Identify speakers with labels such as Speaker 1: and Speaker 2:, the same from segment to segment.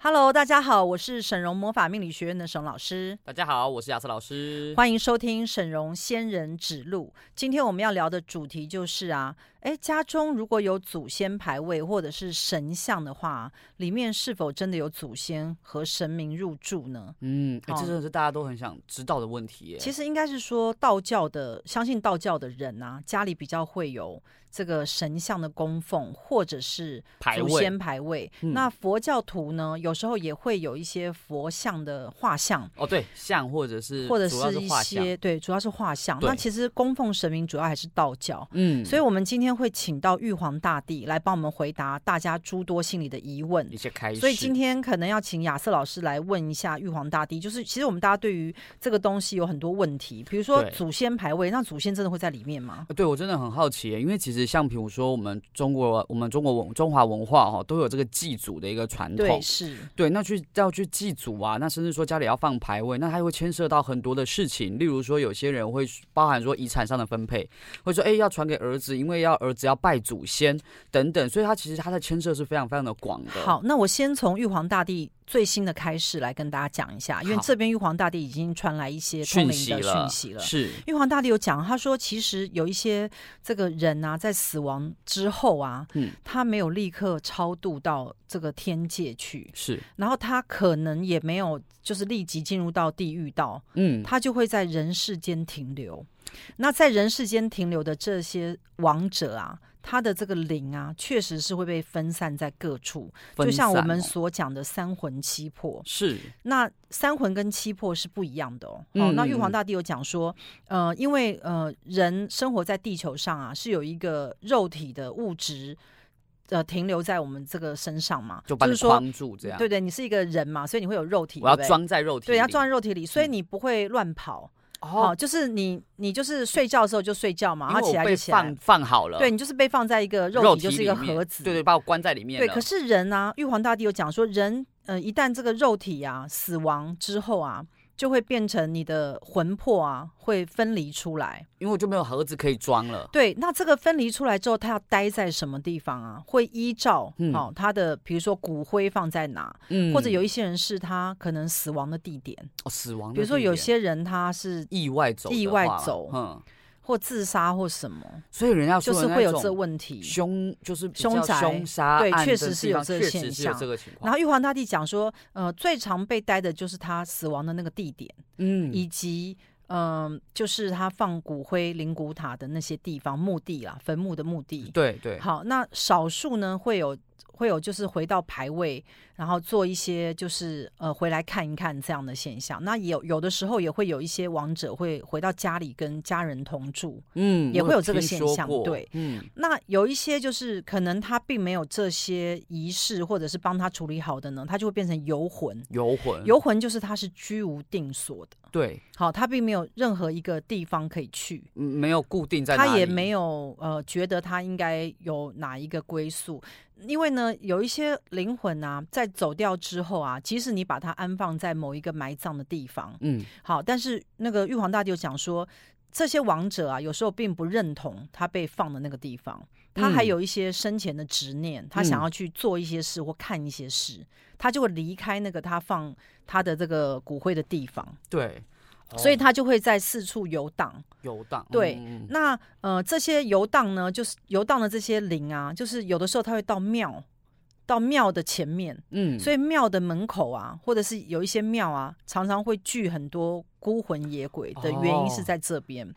Speaker 1: Hello，大家好，我是沈荣魔法命理学院的沈老师，
Speaker 2: 大家好，我是亚瑟老师。
Speaker 1: 欢迎收听沈荣仙人指路。今天我们要聊的主题就是啊，哎，家中如果有祖先牌位或者是神像的话，里面是否真的有祖先和神明入住呢？
Speaker 2: 嗯，欸
Speaker 1: 哦
Speaker 2: 这真的是大家都很想知道的问题耶。
Speaker 1: 其
Speaker 2: 实，
Speaker 1: 实应该是说道教的，相信道教的人啊，家里比较会有这个神像的供奉，或者是
Speaker 2: 排
Speaker 1: 祖
Speaker 2: 位
Speaker 1: 先牌位。
Speaker 2: 嗯
Speaker 1: 那佛教徒呢，有时候也会有一些佛像的画像。
Speaker 2: 哦，对，像或者是
Speaker 1: 或者
Speaker 2: 主要
Speaker 1: 是一
Speaker 2: 画像，
Speaker 1: 些对，主要是画像。
Speaker 2: 对
Speaker 1: 那其实供奉神明主要还是道教，
Speaker 2: 嗯，
Speaker 1: 所以我们今天会请到玉皇大帝来帮我们回答大家诸多心里的疑问
Speaker 2: 一。些开始。
Speaker 1: 所以今天可能要请亚瑟老师来问一下玉皇大帝，就是其实我们大家对于这个东西有很多问题，比如说
Speaker 2: 对
Speaker 1: 祖先牌位，那祖先真的会在里面吗？
Speaker 2: 呃对我真的很好奇耶，因为其实像比如说我们中国，我们中国文中华文化哈、都有这个祭祖的一个传统。
Speaker 1: 对，是，
Speaker 2: 对，那去要去祭祖啊，那甚至说家里要放牌位，那它会牵涉到很多的事情，例如说有些人会包含说遗产上的分配，会说哎要传给儿子，因为要儿子要拜祖先等等，所以它其实它的牵涉是非常非常的广的。，
Speaker 1: 好，那我先从玉皇大帝最新的开始来跟大家讲一下，因为
Speaker 2: 好
Speaker 1: 这边玉皇大帝已经传来一些通灵
Speaker 2: 讯
Speaker 1: 的
Speaker 2: 息
Speaker 1: 讯
Speaker 2: 了，
Speaker 1: 息了。
Speaker 2: 是
Speaker 1: 玉皇大帝有讲，他说其实有一些这个人啊，在死亡之后啊，
Speaker 2: 嗯
Speaker 1: 他没有立刻超度到这个天界去，
Speaker 2: 是，
Speaker 1: 然后他可能也没有就是立即进入到地狱道，
Speaker 2: 嗯，
Speaker 1: 他就会在人世间停留。那在人世间停留的这些亡者啊，他的这个灵啊，确实是会被分散在各处，就
Speaker 2: 分
Speaker 1: 像我
Speaker 2: 散
Speaker 1: 们
Speaker 2: 哦
Speaker 1: 所讲的三魂七魄。
Speaker 2: 是
Speaker 1: 那三魂跟七魄是不一样的哦。
Speaker 2: 嗯
Speaker 1: 哦，那玉皇大帝有讲说，呃，因为呃，人生活在地球上啊，是有一个肉体的物质，呃，停留在我们这个身上嘛，
Speaker 2: 就把
Speaker 1: 是
Speaker 2: 你
Speaker 1: 说，
Speaker 2: 框住这样，
Speaker 1: 对对，你是一个人嘛，所以你会有肉体，
Speaker 2: 我要
Speaker 1: 对不对
Speaker 2: 装在肉体里，
Speaker 1: 对，要装在肉体里，所以
Speaker 2: 嗯
Speaker 1: 你不会乱跑。哦，
Speaker 2: 哦，
Speaker 1: 就是你，你就是睡觉的时候就睡觉嘛，
Speaker 2: 因
Speaker 1: 然后
Speaker 2: 为
Speaker 1: 起
Speaker 2: 我
Speaker 1: 来
Speaker 2: 被
Speaker 1: 就起来
Speaker 2: 放。放好了，
Speaker 1: 对，你就是被放在一个
Speaker 2: 肉
Speaker 1: 肉体，就是一
Speaker 2: 里
Speaker 1: 个
Speaker 2: 面
Speaker 1: 盒子。
Speaker 2: 对对，把我关在里面
Speaker 1: 对，
Speaker 2: 了
Speaker 1: 可是人啊，玉皇大帝有讲说，人呃，一旦这个肉体啊死亡之后啊，就会变成你的魂魄啊会分离出来。
Speaker 2: 因为我就没有盒子可以装了，
Speaker 1: 对，那这个分离出来之后，他要待在什么地方啊？会依照
Speaker 2: 嗯
Speaker 1: 哦他的，比如说骨灰放在哪，
Speaker 2: 嗯
Speaker 1: 或者有一些人是他可能死亡的地点，
Speaker 2: 哦死亡的地点，
Speaker 1: 比如说有些人他是
Speaker 2: 意外走的话，
Speaker 1: 意外走
Speaker 2: 嗯，
Speaker 1: 或自杀或什么，
Speaker 2: 所以人家
Speaker 1: 就
Speaker 2: 说
Speaker 1: 是
Speaker 2: 的
Speaker 1: 会
Speaker 2: 那
Speaker 1: 有这
Speaker 2: 种
Speaker 1: 问题。
Speaker 2: 凶，就是比
Speaker 1: 凶
Speaker 2: 较
Speaker 1: 宅
Speaker 2: 凶杀
Speaker 1: 对
Speaker 2: 案
Speaker 1: 确
Speaker 2: 的
Speaker 1: 实是
Speaker 2: 地
Speaker 1: 有
Speaker 2: 方
Speaker 1: 这个
Speaker 2: 确
Speaker 1: 现
Speaker 2: 实是有
Speaker 1: 象
Speaker 2: 这个情况，
Speaker 1: 然后玉皇大帝讲说，呃，最常被待的就是他死亡的那个地点。
Speaker 2: 嗯
Speaker 1: 以及嗯、就是他放骨灰、灵骨塔的那些地方墓地啦，坟墓的墓地。
Speaker 2: 对对
Speaker 1: 好，那少数呢会有会有就是回到牌位，然后做一些就是呃回来看一看这样的现象。那也有有的时候也会有一些亡者会回到家里跟家人同住。
Speaker 2: 嗯
Speaker 1: 也
Speaker 2: 我
Speaker 1: 会有这个
Speaker 2: 听
Speaker 1: 现
Speaker 2: 说
Speaker 1: 象
Speaker 2: 过
Speaker 1: 对
Speaker 2: 嗯
Speaker 1: 那有一些就是可能他并没有这些仪式或者是帮他处理好的呢，他就会变成游魂。
Speaker 2: 游魂
Speaker 1: 游魂就是他是居无定所的，
Speaker 2: 对
Speaker 1: 好，他并没有任何一个地方可以去。
Speaker 2: 嗯没有固定在
Speaker 1: 他
Speaker 2: 哪
Speaker 1: 也
Speaker 2: 里
Speaker 1: 没有呃觉得他应该有哪一个归宿，因为呢，有一些灵魂啊，在走掉之后啊，即使你把它安放在某一个埋葬的地方，
Speaker 2: 嗯
Speaker 1: 好，但是那个玉皇大帝有讲说，这些亡者啊，有时候并不认同他被放的那个地方，他还
Speaker 2: 嗯
Speaker 1: 有一些生前的执念，他想要去做一些事或看一些事，他就会离开那个他放他的这个骨灰的地方，
Speaker 2: 对，
Speaker 1: 所以
Speaker 2: 哦
Speaker 1: 他就会在四处游荡。
Speaker 2: 游荡
Speaker 1: 对
Speaker 2: 嗯嗯
Speaker 1: 那呃，这些游荡呢，就是游荡的这些灵啊，就是有的时候他会到庙，到庙的前面，
Speaker 2: 嗯
Speaker 1: 所以庙的门口啊，或者是有一些庙啊，常常会聚很多孤魂野鬼的原因是
Speaker 2: 哦
Speaker 1: 在这边。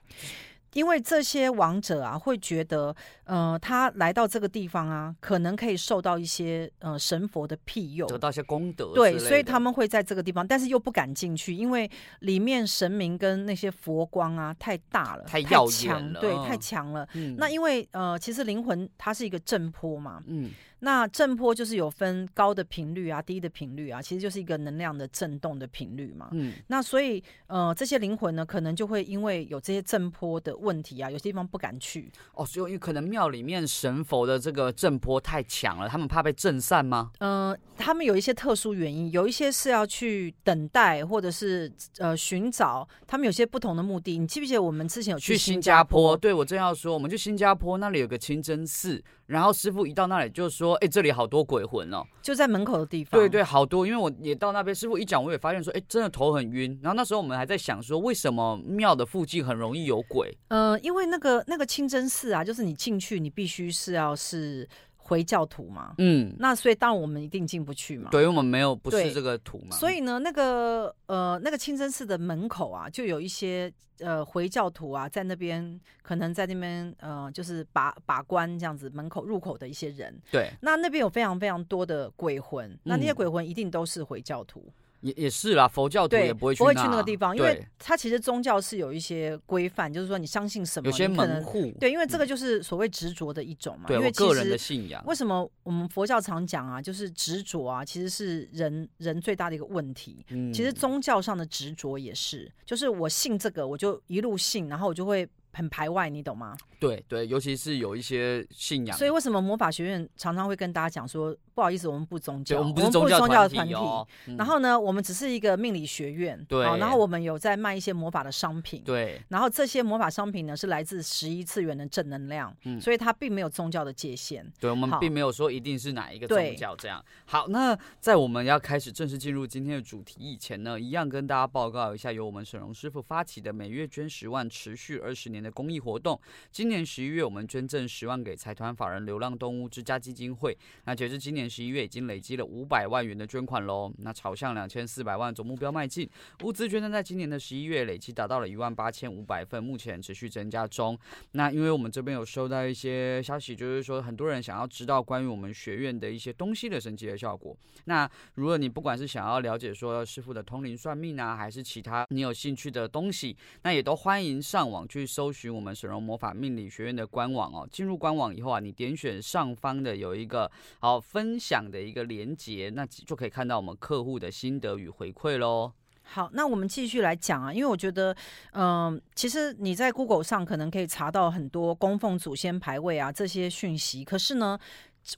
Speaker 1: 因为这些亡者啊，会觉得，呃，他来到这个地方啊，可能可以受到一些呃神佛的庇佑，
Speaker 2: 得到一些功德之类
Speaker 1: 对，
Speaker 2: 的，
Speaker 1: 所以他们会在这个地方，但是又不敢进去，因为里面神明跟那些佛光啊太大了，
Speaker 2: 太耀
Speaker 1: 强，
Speaker 2: 眼了
Speaker 1: 对，
Speaker 2: 嗯
Speaker 1: 太强了。
Speaker 2: 嗯
Speaker 1: 那因为呃，其实灵魂它是一个震波嘛，
Speaker 2: 嗯
Speaker 1: 那震波就是有分高的频率啊、低的频率啊，其实就是一个能量的震动的频率嘛。
Speaker 2: 嗯
Speaker 1: 那所以呃，这些灵魂呢，可能就会因为有这些震波的问题啊，有些地方不敢去。
Speaker 2: 哦，所以因为可能庙里面神佛的这个震波太强了，他们怕被震散吗？
Speaker 1: 呃，他们有一些特殊原因，有一些是要去等待，或者是呃寻找他们有些不同的目的。你记不记得我们之前有
Speaker 2: 去
Speaker 1: 呃新
Speaker 2: 新加
Speaker 1: 坡？
Speaker 2: 坡，对我正要说，我们去新加坡那里有个清真寺，然后师傅一到那里就说：“哎、这里好多鬼魂哦。
Speaker 1: 就在门口的地”方。
Speaker 2: 对对，好多。因为我也到那边，师傅一讲，我也发现说：“哎、真的头很晕。”然后那时候我们还在想说，为什么庙的附近很容易有鬼？
Speaker 1: 呃，因为那个那个清真寺啊，就是你进去，你必须是要是回教徒嘛，
Speaker 2: 嗯，
Speaker 1: 那所以当然我们一定进不去嘛。
Speaker 2: 对，因为我们没有不
Speaker 1: 对
Speaker 2: 是这个图嘛，
Speaker 1: 所以呢，那个呃，那个清真寺的门口啊，就有一些呃回教徒啊，在那边可能在那边呃，就是把把关这样子门口入口的一些人。
Speaker 2: 对
Speaker 1: 那那边有非常非常多的鬼魂，那那些鬼魂一定都是回教徒，
Speaker 2: 也也是啦，佛教徒
Speaker 1: 对，
Speaker 2: 也嗯不会去
Speaker 1: 不会去那个地方，因为
Speaker 2: 对
Speaker 1: 它其实宗教是有一些规范，就是说你相信什么，
Speaker 2: 有些
Speaker 1: 你可能
Speaker 2: 门户，嗯
Speaker 1: 对，因为这个就是所谓执着的一种嘛。
Speaker 2: 对
Speaker 1: 因为
Speaker 2: 我
Speaker 1: 其
Speaker 2: 个人
Speaker 1: 实
Speaker 2: 的信仰，
Speaker 1: 为什么我们佛教常讲啊，就是执着啊，其实是人人最大的一个问题。
Speaker 2: 嗯
Speaker 1: 其实宗教上的执着也是，就是我信这个，我就一路信，然后我就会很排外，你懂吗？
Speaker 2: 对对，尤其是有一些信仰，
Speaker 1: 所以为什么魔法学院常常会跟大家讲说，不好意思，我们不宗
Speaker 2: 对
Speaker 1: 教，
Speaker 2: 我们不是
Speaker 1: 宗
Speaker 2: 教
Speaker 1: 教
Speaker 2: 团
Speaker 1: 体。
Speaker 2: 哦，嗯
Speaker 1: 然后呢，我们只是一个命理学院，
Speaker 2: 对
Speaker 1: 好然后我们有在卖一些魔法的商品，
Speaker 2: 对
Speaker 1: 然后这些魔法商品呢是来自十一次元的正能量，
Speaker 2: 嗯
Speaker 1: 所以它并没有宗教的界限。
Speaker 2: 对，我们
Speaker 1: 好
Speaker 2: 并没有说一定是哪一个
Speaker 1: 对
Speaker 2: 宗教这样。好，那在我们要开始正式进入今天的主题以前呢，一样跟大家报告一下，由我们沈荣师傅发起的每月捐十万、持续二十年的公益活动。今年十一月，我们捐赠十万给财团法人流浪动物之家基金会。那截至今年十一月，已经累积了五百万元的捐款喽。那朝向两千四百万总目标迈进。物资捐赠在今年的十一月累计达到了一万八千五百份，目前持续增加中。那因为我们这边有收到一些消息，就是说很多人想要知道关于我们学院的一些东西的神奇的效果。那如果你不管是想要了解说师傅的通灵算命啊，还是其他你有兴趣的东西，那也都欢迎上网去搜寻我们神龙魔法命理学院的官网哦。进入官网以后啊，你点选上方的有一个好分享的一个连接，那就可以看到我们客户的心得与回馈喽。
Speaker 1: 好，那我们继续来讲啊，因为我觉得，嗯、其实你在 Google 上可能可以查到很多供奉祖先牌位啊这些讯息，可是呢，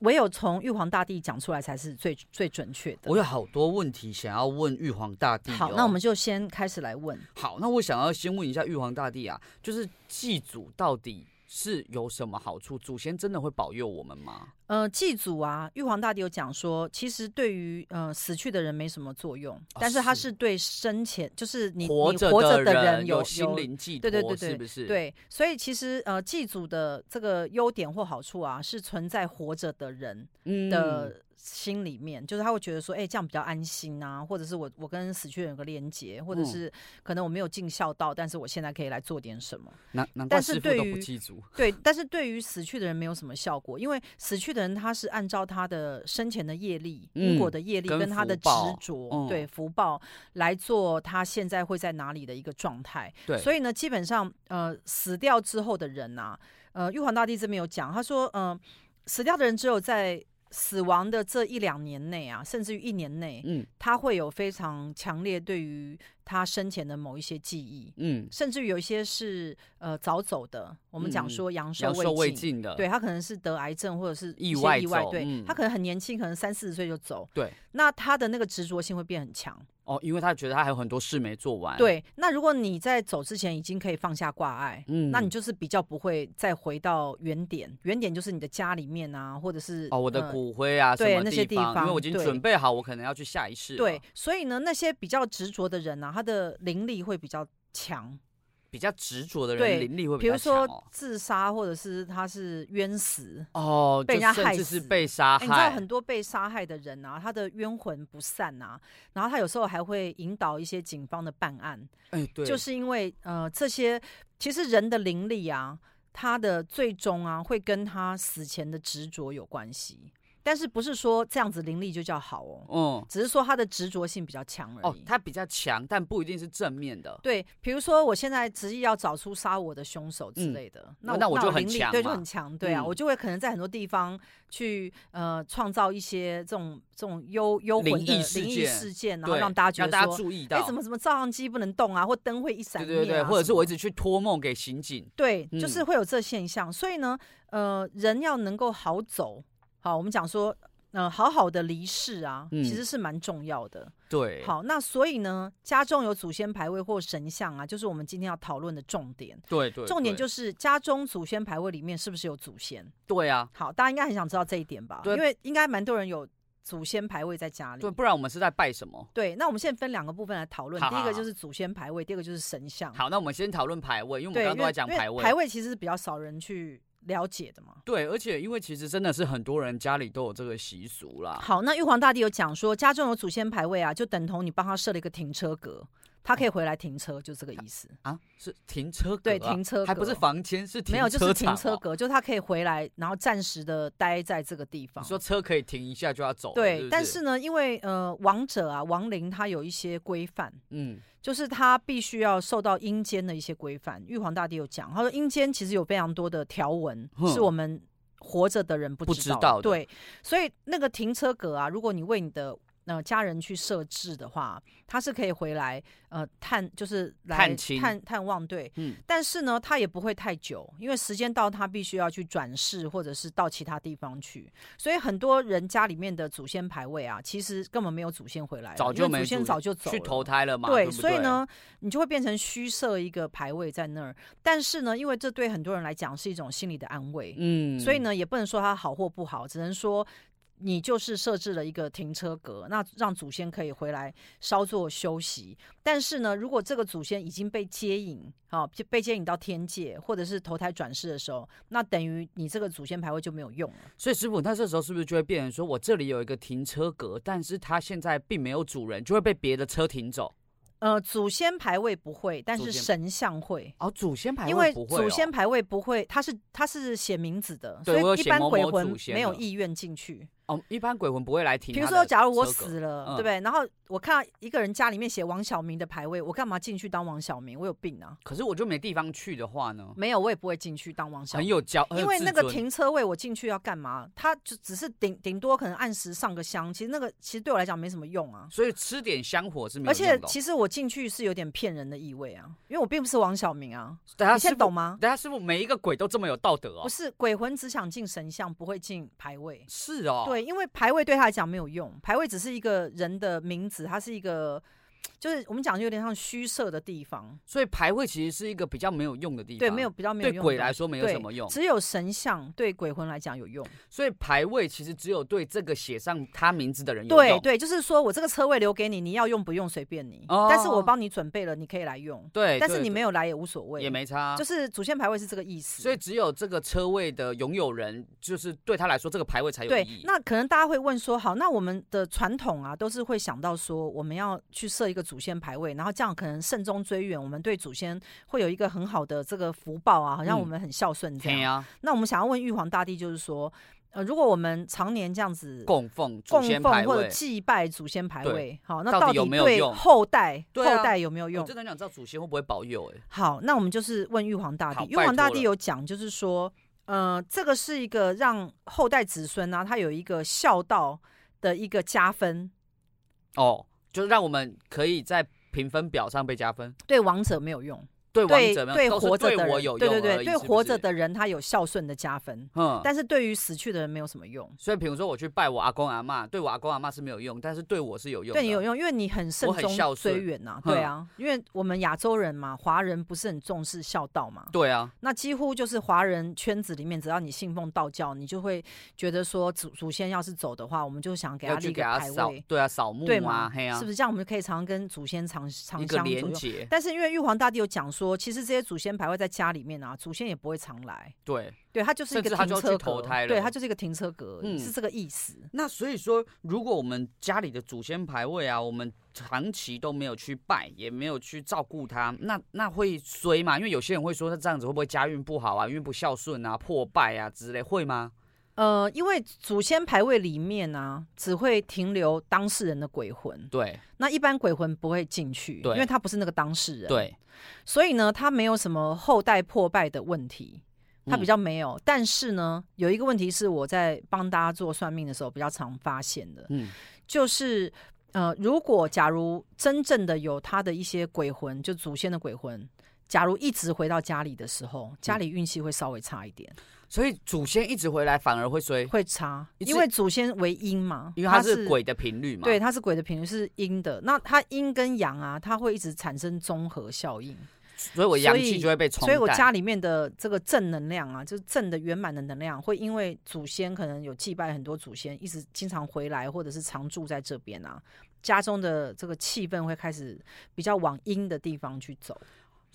Speaker 1: 唯有从玉皇大帝讲出来才是最最准确的。
Speaker 2: 我有好多问题想要问玉皇大帝、哦。
Speaker 1: 好，那我们就先开始来问。
Speaker 2: 好，那我想要先问一下玉皇大帝啊，就是祭祖到底是有什么好处？祖先真的会保佑我们吗？
Speaker 1: 呃，祭祖啊，玉皇大帝有讲说，其实对于呃死去的人没什么作用，但是它
Speaker 2: 哦是
Speaker 1: 是对生前，就是你
Speaker 2: 活
Speaker 1: 你
Speaker 2: 着
Speaker 1: 活着的
Speaker 2: 人
Speaker 1: 有
Speaker 2: 心灵寄托，
Speaker 1: 对对对对
Speaker 2: 是不是？，
Speaker 1: 对，所以其实呃祭祖的这个优点或好处啊，是存在活着的人。
Speaker 2: 嗯
Speaker 1: 的心里面，就是他会觉得说，哎、这样比较安心啊，或者是我我跟死去人有个连接，或者
Speaker 2: 嗯
Speaker 1: 是可能我没有尽孝道，但是我现在可以来做点什么。
Speaker 2: 难难怪
Speaker 1: 但是
Speaker 2: 师傅
Speaker 1: 对
Speaker 2: 都
Speaker 1: 于
Speaker 2: 不祭祖，
Speaker 1: 对，但是对于死去的人没有什么效果，因为死去的人他是按照他的生前的业力、因果
Speaker 2: 嗯
Speaker 1: 的业力
Speaker 2: 跟
Speaker 1: 跟他的
Speaker 2: 福
Speaker 1: 执
Speaker 2: 报
Speaker 1: 着，
Speaker 2: 嗯
Speaker 1: 对福报来做他现在会在哪里的一个状态。
Speaker 2: 对
Speaker 1: 所以呢，基本上呃死掉之后的人呐、呃玉皇大帝这边有讲，他说呃死掉的人只有在。死亡的这一两年内啊，甚至于一年内，
Speaker 2: 嗯
Speaker 1: 他会有非常强烈对于他生前的某一些记忆，
Speaker 2: 嗯，
Speaker 1: 甚至于有一些是呃早走的，我们讲
Speaker 2: 嗯
Speaker 1: 说阳寿
Speaker 2: 阳寿
Speaker 1: 未
Speaker 2: 未
Speaker 1: 尽，
Speaker 2: 尽的，
Speaker 1: 对他可能是得癌症或者是一
Speaker 2: 意
Speaker 1: 些
Speaker 2: 外
Speaker 1: 意外，
Speaker 2: 走
Speaker 1: 对、
Speaker 2: 嗯
Speaker 1: 他可能很年轻，可能三四十岁就走，
Speaker 2: 对，
Speaker 1: 那他的那个执着性会变很强，
Speaker 2: 哦，因为他觉得他还有很多事没做完，，
Speaker 1: 对。那如果你在走之前已经可以放下挂碍。
Speaker 2: 嗯
Speaker 1: 那你就是比较不会再回到原点，原点就是你的家里面啊，或者是
Speaker 2: 哦，我
Speaker 1: 呃
Speaker 2: 的骨灰啊，什
Speaker 1: 对
Speaker 2: 么
Speaker 1: 那些地
Speaker 2: 方，因为
Speaker 1: 方
Speaker 2: 我已经
Speaker 1: 对
Speaker 2: 准备好，我可能要去下一世了，
Speaker 1: 对，所以呢，那些比较执着的人啊，他的灵力会比较强，
Speaker 2: 比较执着的人
Speaker 1: 对
Speaker 2: 灵力会
Speaker 1: 比
Speaker 2: 比
Speaker 1: 如
Speaker 2: 较强
Speaker 1: 说
Speaker 2: 哦。
Speaker 1: 自杀，或者是他是冤死，
Speaker 2: 哦，
Speaker 1: 被人
Speaker 2: 就
Speaker 1: 家害
Speaker 2: 甚至是
Speaker 1: 死
Speaker 2: 被杀
Speaker 1: 哎你知道
Speaker 2: 害，
Speaker 1: 很多被杀害的人啊，他的冤魂不散啊，然后他有时候还会引导一些警方的办案，
Speaker 2: 哎，对，
Speaker 1: 就是因为呃这些其实人的灵力啊，他的最终啊会跟他死前的执着有关系，但是不是说这样子灵力就叫好哦，
Speaker 2: 嗯，
Speaker 1: 只是说他的执着性比较强而
Speaker 2: 哦
Speaker 1: 已。，
Speaker 2: 它比较强，但不一定是正面的。
Speaker 1: 对，比如说我现在执意要找出杀我的凶手之
Speaker 2: 嗯
Speaker 1: 类的，
Speaker 2: 那
Speaker 1: 那
Speaker 2: 我就很
Speaker 1: 灵力
Speaker 2: 强
Speaker 1: 对，就
Speaker 2: 嘛
Speaker 1: 很强，对啊，
Speaker 2: 嗯
Speaker 1: 我就会可能在很多地方去呃创造一些这种这种幽幽魂的
Speaker 2: 灵异
Speaker 1: 灵异
Speaker 2: 事件
Speaker 1: 事件，然后
Speaker 2: 对，
Speaker 1: 让大家觉
Speaker 2: 让
Speaker 1: 得
Speaker 2: 大家
Speaker 1: 说，
Speaker 2: 注意到，
Speaker 1: 哎，怎么怎么照相机不能动啊，或灯会一闪、
Speaker 2: 对
Speaker 1: 灭
Speaker 2: 对对，
Speaker 1: 啊
Speaker 2: 或者
Speaker 1: 什
Speaker 2: 是
Speaker 1: 么
Speaker 2: 我一
Speaker 1: 的
Speaker 2: 直去托梦给刑警，
Speaker 1: 对，就是
Speaker 2: 嗯
Speaker 1: 会有这现象，所以呢，呃，人要能够好走，好，我们讲说呃好好的离世啊，
Speaker 2: 嗯
Speaker 1: 其实是蛮重要的。
Speaker 2: 对，
Speaker 1: 好，那所以呢，家中有祖先牌位或神像啊，就是我们今天要讨论的重点。
Speaker 2: 对对，
Speaker 1: 重点
Speaker 2: 对
Speaker 1: 就是家中祖先牌位里面是不是有祖先？
Speaker 2: 对啊，
Speaker 1: 好，大家应该很想知道这一点吧？
Speaker 2: 对
Speaker 1: 因为应该蛮多人有祖先牌位在家里。
Speaker 2: 对，不然我们是在拜什么？
Speaker 1: 对，那我们现在分两个部分来讨论。
Speaker 2: 好
Speaker 1: 第一
Speaker 2: 好
Speaker 1: 个
Speaker 2: 好
Speaker 1: 就是祖先牌位，第二个就是神像。
Speaker 2: 好，那我们先讨论排位，因为我们
Speaker 1: 对，
Speaker 2: 刚
Speaker 1: 因
Speaker 2: 刚都
Speaker 1: 为
Speaker 2: 在讲
Speaker 1: 因为
Speaker 2: 排位。
Speaker 1: 牌位其实是比较少人去了解的嘛。
Speaker 2: 对，而且因为其实真的是很多人家里都有这个习俗啦。
Speaker 1: 好，那玉皇大帝有讲说，家中有祖先牌位啊，就等同你帮他设了一个停车格，他
Speaker 2: 哦
Speaker 1: 可以回来停车，就这个意思。
Speaker 2: 啊，是停车格、啊，
Speaker 1: 对停车格
Speaker 2: 还不是房间，是停
Speaker 1: 没有，就是停
Speaker 2: 场
Speaker 1: 车
Speaker 2: 哦。
Speaker 1: 格，就他可以回来，然后暂时的待在这个地方
Speaker 2: 你。说车可以停一下就要走了，
Speaker 1: 哦对，
Speaker 2: 是不
Speaker 1: 但是呢，因为呃，王者啊，亡灵他有一些规范，
Speaker 2: 嗯，
Speaker 1: 就是他必须要受到阴间的一些规范。玉皇大帝有讲，他说阴间其实有非常多的条文，
Speaker 2: 哼
Speaker 1: 是我们活着的人不
Speaker 2: 不
Speaker 1: 知
Speaker 2: 知
Speaker 1: 道的。
Speaker 2: 道的
Speaker 1: 对，所以那个停车格啊，如果你为你的呃家人去设置的话，他是可以回来呃探，就是来
Speaker 2: 探亲
Speaker 1: 探探望对。
Speaker 2: 嗯
Speaker 1: 但是呢，他也不会太久，因为时间到，他必须要去转世或者是到其他地方去。所以很多人家里面的祖先牌位啊，其实根本没有祖先回来了，
Speaker 2: 早
Speaker 1: 因
Speaker 2: 就
Speaker 1: 为
Speaker 2: 没
Speaker 1: 祖先
Speaker 2: 祖
Speaker 1: 早就走
Speaker 2: 去
Speaker 1: 了
Speaker 2: 投胎了嘛，
Speaker 1: 对，
Speaker 2: 不
Speaker 1: 所以，呢，你就会变成虚设一个牌位在那儿。但是呢，因为这对很多人来讲是一种心理的安慰，
Speaker 2: 嗯，
Speaker 1: 所以，呢，也不能说它好或不好，只能说你就是设置了一个停车格，那让祖先可以回来稍作休息。但是呢，如果这个祖先已经被接引，啊，就被接引到天界或者是投胎转世的时候，那等于你这个祖先牌位就没有用了。
Speaker 2: 所以师傅，那这时候是不是就会变成说我这里有一个停车格，但是它现在并没有主人，就会被别的车停走？
Speaker 1: 呃，祖先牌位不会，但
Speaker 2: 祖
Speaker 1: 是
Speaker 2: 先
Speaker 1: 神像会。
Speaker 2: 哦，祖先牌
Speaker 1: 因
Speaker 2: 位
Speaker 1: 为
Speaker 2: 不会、哦，
Speaker 1: 祖先牌位不会，他是他是写名字的，
Speaker 2: 对
Speaker 1: 所
Speaker 2: 我有
Speaker 1: 以一
Speaker 2: 写
Speaker 1: 般
Speaker 2: 某
Speaker 1: 鬼
Speaker 2: 某
Speaker 1: 魂
Speaker 2: 祖先
Speaker 1: 没有
Speaker 2: 的
Speaker 1: 意愿进去。
Speaker 2: 哦，一般鬼魂不会来停。
Speaker 1: 比如说，假如我，死了，
Speaker 2: 嗯
Speaker 1: 对不对？然后我看到一个人家里面写王小明的牌位，我干嘛进去当王小明？我有病啊！
Speaker 2: 可是我就没地方去的话呢，
Speaker 1: 没有，我也不会进去当王小
Speaker 2: 很
Speaker 1: 明。
Speaker 2: 有骄，很有
Speaker 1: 因为
Speaker 2: 自
Speaker 1: 那个
Speaker 2: 尊
Speaker 1: 停车位我进去要干嘛？他就只是顶顶多可能按时上个香，其实那个其实对我来讲没什么用啊。
Speaker 2: 所以吃点香火是没有
Speaker 1: 而且
Speaker 2: 用的哦
Speaker 1: 其实我进去是有点骗人的意味啊，因为我并不是王小明啊，
Speaker 2: 等下
Speaker 1: 你现
Speaker 2: 师
Speaker 1: 在
Speaker 2: 傅，
Speaker 1: 懂吗？
Speaker 2: 等下师傅，每一个鬼都这么有道德哦
Speaker 1: 不？是鬼魂只想进神像，不会进牌位。
Speaker 2: 是哦，，
Speaker 1: 对，因为牌位对他来讲没有用，牌位只是一个人的名字，它是一个，就是我们讲就有点像虚设的地方，
Speaker 2: 所以牌位其实是一个比较没有用的地方，
Speaker 1: 对，没有比较没有
Speaker 2: 对
Speaker 1: 用的
Speaker 2: 鬼
Speaker 1: 东
Speaker 2: 来
Speaker 1: 西
Speaker 2: 说没有什
Speaker 1: 对
Speaker 2: 么用，
Speaker 1: 只有神像对鬼魂来讲有用。
Speaker 2: 所以牌位其实只有对这个写上他名字的人有
Speaker 1: 对
Speaker 2: 用。
Speaker 1: 对，就是说我这个车位留给你，你要用不用随便你，但是我帮你准备了，你可以来用，
Speaker 2: 哦对
Speaker 1: 但是你
Speaker 2: 对
Speaker 1: 没有来也无所谓，
Speaker 2: 也。没差啊
Speaker 1: 就。是祖先牌位是这个意思，
Speaker 2: 所以只有这个车位的拥有人，就是对他来说，这个牌位才有
Speaker 1: 对
Speaker 2: 意，义。
Speaker 1: 那可能大家会问说，好，那我们的传统啊，都是会想到说，我们要去设一个祖先牌位，然后这样可能慎终追远，我们对祖先会有一个很好的这个福报啊，好像
Speaker 2: 嗯
Speaker 1: 我们很孝顺这
Speaker 2: 对
Speaker 1: 样。
Speaker 2: 呀，
Speaker 1: 那我们想要问玉皇大帝，就是说，呃，如果我们常年这样子
Speaker 2: 供奉祖
Speaker 1: 供
Speaker 2: 先
Speaker 1: 奉
Speaker 2: 牌
Speaker 1: 或者
Speaker 2: 位，
Speaker 1: 祭拜祖先牌
Speaker 2: 对
Speaker 1: 位，好，那
Speaker 2: 到底
Speaker 1: 到
Speaker 2: 有
Speaker 1: 底
Speaker 2: 没有
Speaker 1: 对
Speaker 2: 用
Speaker 1: 后代后
Speaker 2: 对啊
Speaker 1: 代有没有用
Speaker 2: 我？真的很想知道祖先会不会保佑？哎，
Speaker 1: 好，那我们就是问玉皇大
Speaker 2: 好
Speaker 1: 帝。玉皇大
Speaker 2: 拜托
Speaker 1: 帝
Speaker 2: 了
Speaker 1: 有讲，就是说，呃，这个是一个让后代子孙呢、啊，他有一个孝道的一个加分，
Speaker 2: 哦，就是让我们可以在评分表上被加分，
Speaker 1: 对王者没有用，
Speaker 2: 对王
Speaker 1: 对
Speaker 2: 者没有
Speaker 1: 对
Speaker 2: 都是
Speaker 1: 活着
Speaker 2: 对
Speaker 1: 的
Speaker 2: 我
Speaker 1: 人，
Speaker 2: 有用
Speaker 1: 对对
Speaker 2: 而
Speaker 1: 对，
Speaker 2: 已
Speaker 1: 对
Speaker 2: 是不
Speaker 1: 活
Speaker 2: 是
Speaker 1: 着的人他有孝顺的加分，
Speaker 2: 嗯，
Speaker 1: 但是对于死去的人没有什么用。
Speaker 2: 所以比如说我去拜我阿公阿嬷，对我阿公阿嬷是没有用，但是对我是有用的。啊
Speaker 1: 对你有用，因为你很慎
Speaker 2: 我很孝
Speaker 1: 终
Speaker 2: 顺
Speaker 1: 追远呐、对
Speaker 2: 嗯
Speaker 1: 啊，因为我们亚洲人嘛，华人不是很重视孝道嘛，
Speaker 2: 对啊，
Speaker 1: 那几乎就是华人圈子里面，只要你信奉道教，你就会觉得说祖祖先要是走的话，我们就想给他
Speaker 2: 要
Speaker 1: 立
Speaker 2: 去
Speaker 1: 一
Speaker 2: 给
Speaker 1: 个
Speaker 2: 他
Speaker 1: 牌
Speaker 2: 扫
Speaker 1: 位，，
Speaker 2: 对啊，扫墓
Speaker 1: 对
Speaker 2: 啊
Speaker 1: 吗？，
Speaker 2: 嘿啊
Speaker 1: 是不，是这样？我们就可以常跟祖先常
Speaker 2: 一
Speaker 1: 常
Speaker 2: 个
Speaker 1: 相左
Speaker 2: 连
Speaker 1: 右。
Speaker 2: 结，
Speaker 1: 但是因为玉皇大帝有讲说，其实这些祖先牌位在家里面啊，祖先也不会常来，
Speaker 2: 对。
Speaker 1: 对，它就是一个
Speaker 2: 甚至他
Speaker 1: 停
Speaker 2: 就要
Speaker 1: 车
Speaker 2: 去投
Speaker 1: 格
Speaker 2: 胎，了
Speaker 1: 对，它就是一个停车格而已，
Speaker 2: 嗯
Speaker 1: 是这个意思。
Speaker 2: 那所以说，如果我们家里的祖先牌位啊，我们长期都没有去拜，也没有去照顾它，那那会衰嘛？因为有些人会说，那这样子会不会家运不好啊？因为不孝顺啊、破败啊之类，会吗？
Speaker 1: 呃，因为祖先牌位里面啊，只会停留当事人的鬼魂，
Speaker 2: 对
Speaker 1: 那一般鬼魂不会进去，因
Speaker 2: 对
Speaker 1: 为他不是那个当事人。
Speaker 2: 对，
Speaker 1: 所以呢，他没有什么后代破败的问题，他
Speaker 2: 嗯
Speaker 1: 比较没有。但是呢，有一个问题是我在帮大家做算命的时候比较常发现的，
Speaker 2: 嗯，
Speaker 1: 就是呃，如果假如真正的有他的一些鬼魂，就祖先的鬼魂假如一直回到家里的时候，
Speaker 2: 嗯
Speaker 1: 家里运气会稍微差一点，
Speaker 2: 所以祖先一直回来反而会衰，
Speaker 1: 会差，
Speaker 2: 一直
Speaker 1: 因为祖先为阴嘛，
Speaker 2: 因为它是鬼的频率嘛。
Speaker 1: 对，它是鬼的频率是阴的，那它阴跟阳啊，它会一直产生综合效应，
Speaker 2: 所以我阳气就会被冲
Speaker 1: 所以
Speaker 2: 淡。
Speaker 1: 我家里面的这个正能量啊，就是正的圆满的能量，会因为祖先可能有祭拜很多祖先，一直经常回来，或者是常住在这边啊，家中的这个气氛会开始比较往阴的地方去走。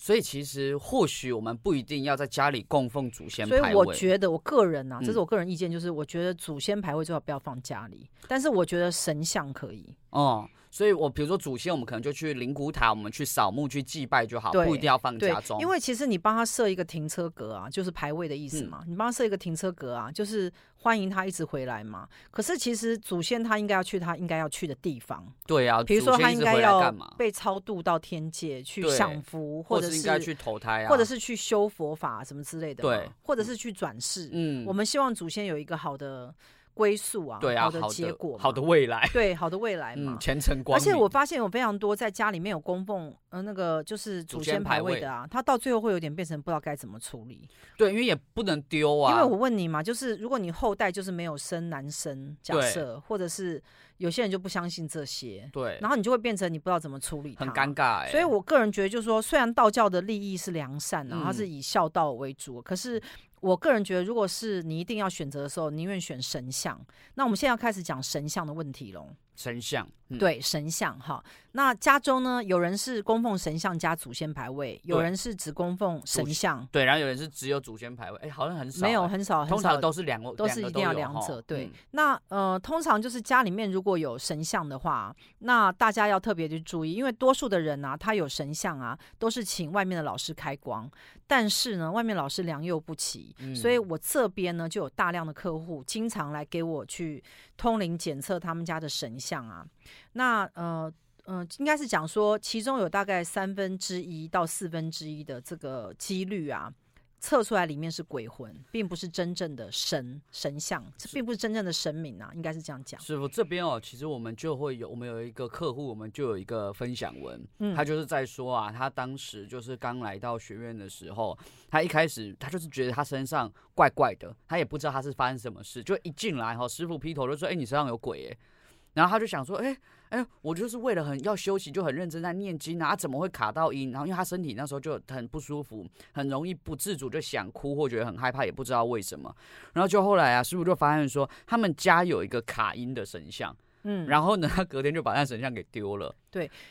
Speaker 2: 所以其实或许我们不一定要在家里供奉祖先
Speaker 1: 所以
Speaker 2: 牌
Speaker 1: 我
Speaker 2: 位，
Speaker 1: 觉得，我个人啊，
Speaker 2: 嗯
Speaker 1: 这是我个人意见，就是我觉得祖先牌位最好不要放家里，但是我觉得神像可以。
Speaker 2: 哦、所以我比如说祖先，我们可能就去灵骨塔，我们去扫墓去祭拜就好，
Speaker 1: 对
Speaker 2: 不一定要放
Speaker 1: 对
Speaker 2: 家，中。
Speaker 1: 因为其实你帮他设一个停车格啊，就是排位的意思
Speaker 2: 嗯
Speaker 1: 嘛。你帮他设一个停车格啊，就是欢迎他一直回来嘛。可是其实祖先他应该要去他应该要去的地方，
Speaker 2: 对啊，
Speaker 1: 比如说
Speaker 2: 祖先
Speaker 1: 他
Speaker 2: 一
Speaker 1: 应
Speaker 2: 直
Speaker 1: 该
Speaker 2: 回来
Speaker 1: 要
Speaker 2: 干嘛？
Speaker 1: 被超度到天界去
Speaker 2: 对
Speaker 1: 享福，
Speaker 2: 或
Speaker 1: 或者
Speaker 2: 是应该去投胎啊，
Speaker 1: 或者是去修佛法什么之类的嘛，
Speaker 2: 对
Speaker 1: 或者是去转世。
Speaker 2: 嗯
Speaker 1: 我们希望祖先有一个好的归宿啊，
Speaker 2: 对啊，
Speaker 1: 好的
Speaker 2: 好
Speaker 1: 结果嘛，
Speaker 2: 好的未来，
Speaker 1: 对，好的未来嘛。
Speaker 2: 嗯，前程
Speaker 1: 而
Speaker 2: 光明。
Speaker 1: 且我发现有非常多在家里面有供奉，呃，那个就是
Speaker 2: 祖
Speaker 1: 祖
Speaker 2: 先
Speaker 1: 先
Speaker 2: 牌
Speaker 1: 牌位
Speaker 2: 位
Speaker 1: 的啊，他到最后会有点变成不知道该怎么处理。
Speaker 2: 对，因为也不能丢啊，
Speaker 1: 因为我问你嘛，就是如果你后代就是没有生男生，假
Speaker 2: 对
Speaker 1: 设或者是有些人就不相信这些，
Speaker 2: 对
Speaker 1: 然后你就会变成你不知道怎么处理它，
Speaker 2: 很尴尬哎、
Speaker 1: 所以我个人觉得，就是说，虽然道教的利益是良善啊，
Speaker 2: 嗯
Speaker 1: 它是以孝道为主，可是我个人觉得，如果是你一定要选择的时候，宁愿选神像。那我们现在要开始讲神像的问题喽。
Speaker 2: 神像，嗯、
Speaker 1: 对神像哈，那家中呢，有人是供奉神像加祖先牌位，有
Speaker 2: 对
Speaker 1: 人是只供奉神像，
Speaker 2: 对，然后有人是只有祖先牌位，哎、好像很少、
Speaker 1: 没有
Speaker 2: 哎
Speaker 1: 很少，很
Speaker 2: 通
Speaker 1: 少
Speaker 2: 常都是两个，
Speaker 1: 都是
Speaker 2: 个
Speaker 1: 一定要
Speaker 2: 有
Speaker 1: 两
Speaker 2: 吼
Speaker 1: 者对
Speaker 2: 嗯
Speaker 1: 那呃，通常就是家里面如果有神像的话，那大家要特别去注意，因为多数的人啊，他有神像啊，都是请外面的老师开光，但是呢，外面老师良莠不齐，
Speaker 2: 嗯
Speaker 1: 所以我这边呢就有大量的客户经常来给我去通灵检测他们家的神像啊。那呃。嗯、应该是讲说，其中有大概三分之一到四分之一的这个几率啊，测出来里面是鬼魂，并不是真正的神神像，这并不是真正的神明啊，应该是这样讲。
Speaker 2: 师傅这边哦，其实我们就会有，我们有一个客户，我们就有一个分享文，
Speaker 1: 嗯
Speaker 2: 他就是在说啊，他当时就是刚来到学院的时候，他一开始他就是觉得他身上怪怪的，他也不知道他是发生什么事，就一进来哈、师傅劈头就说，哎、你身上有鬼耶、然后他就想说，哎、哎、我就是为了很要休息，就很认真在念经啊，啊怎么会卡到音？然后因为他身体那时候就很不舒服，很容易不自主就想哭或觉得很害怕，也不知道为什么。然后就后来啊，师傅就发现说，他们家有一个卡音的神像，
Speaker 1: 嗯，
Speaker 2: 然后呢，他隔天就把那神像给丢了。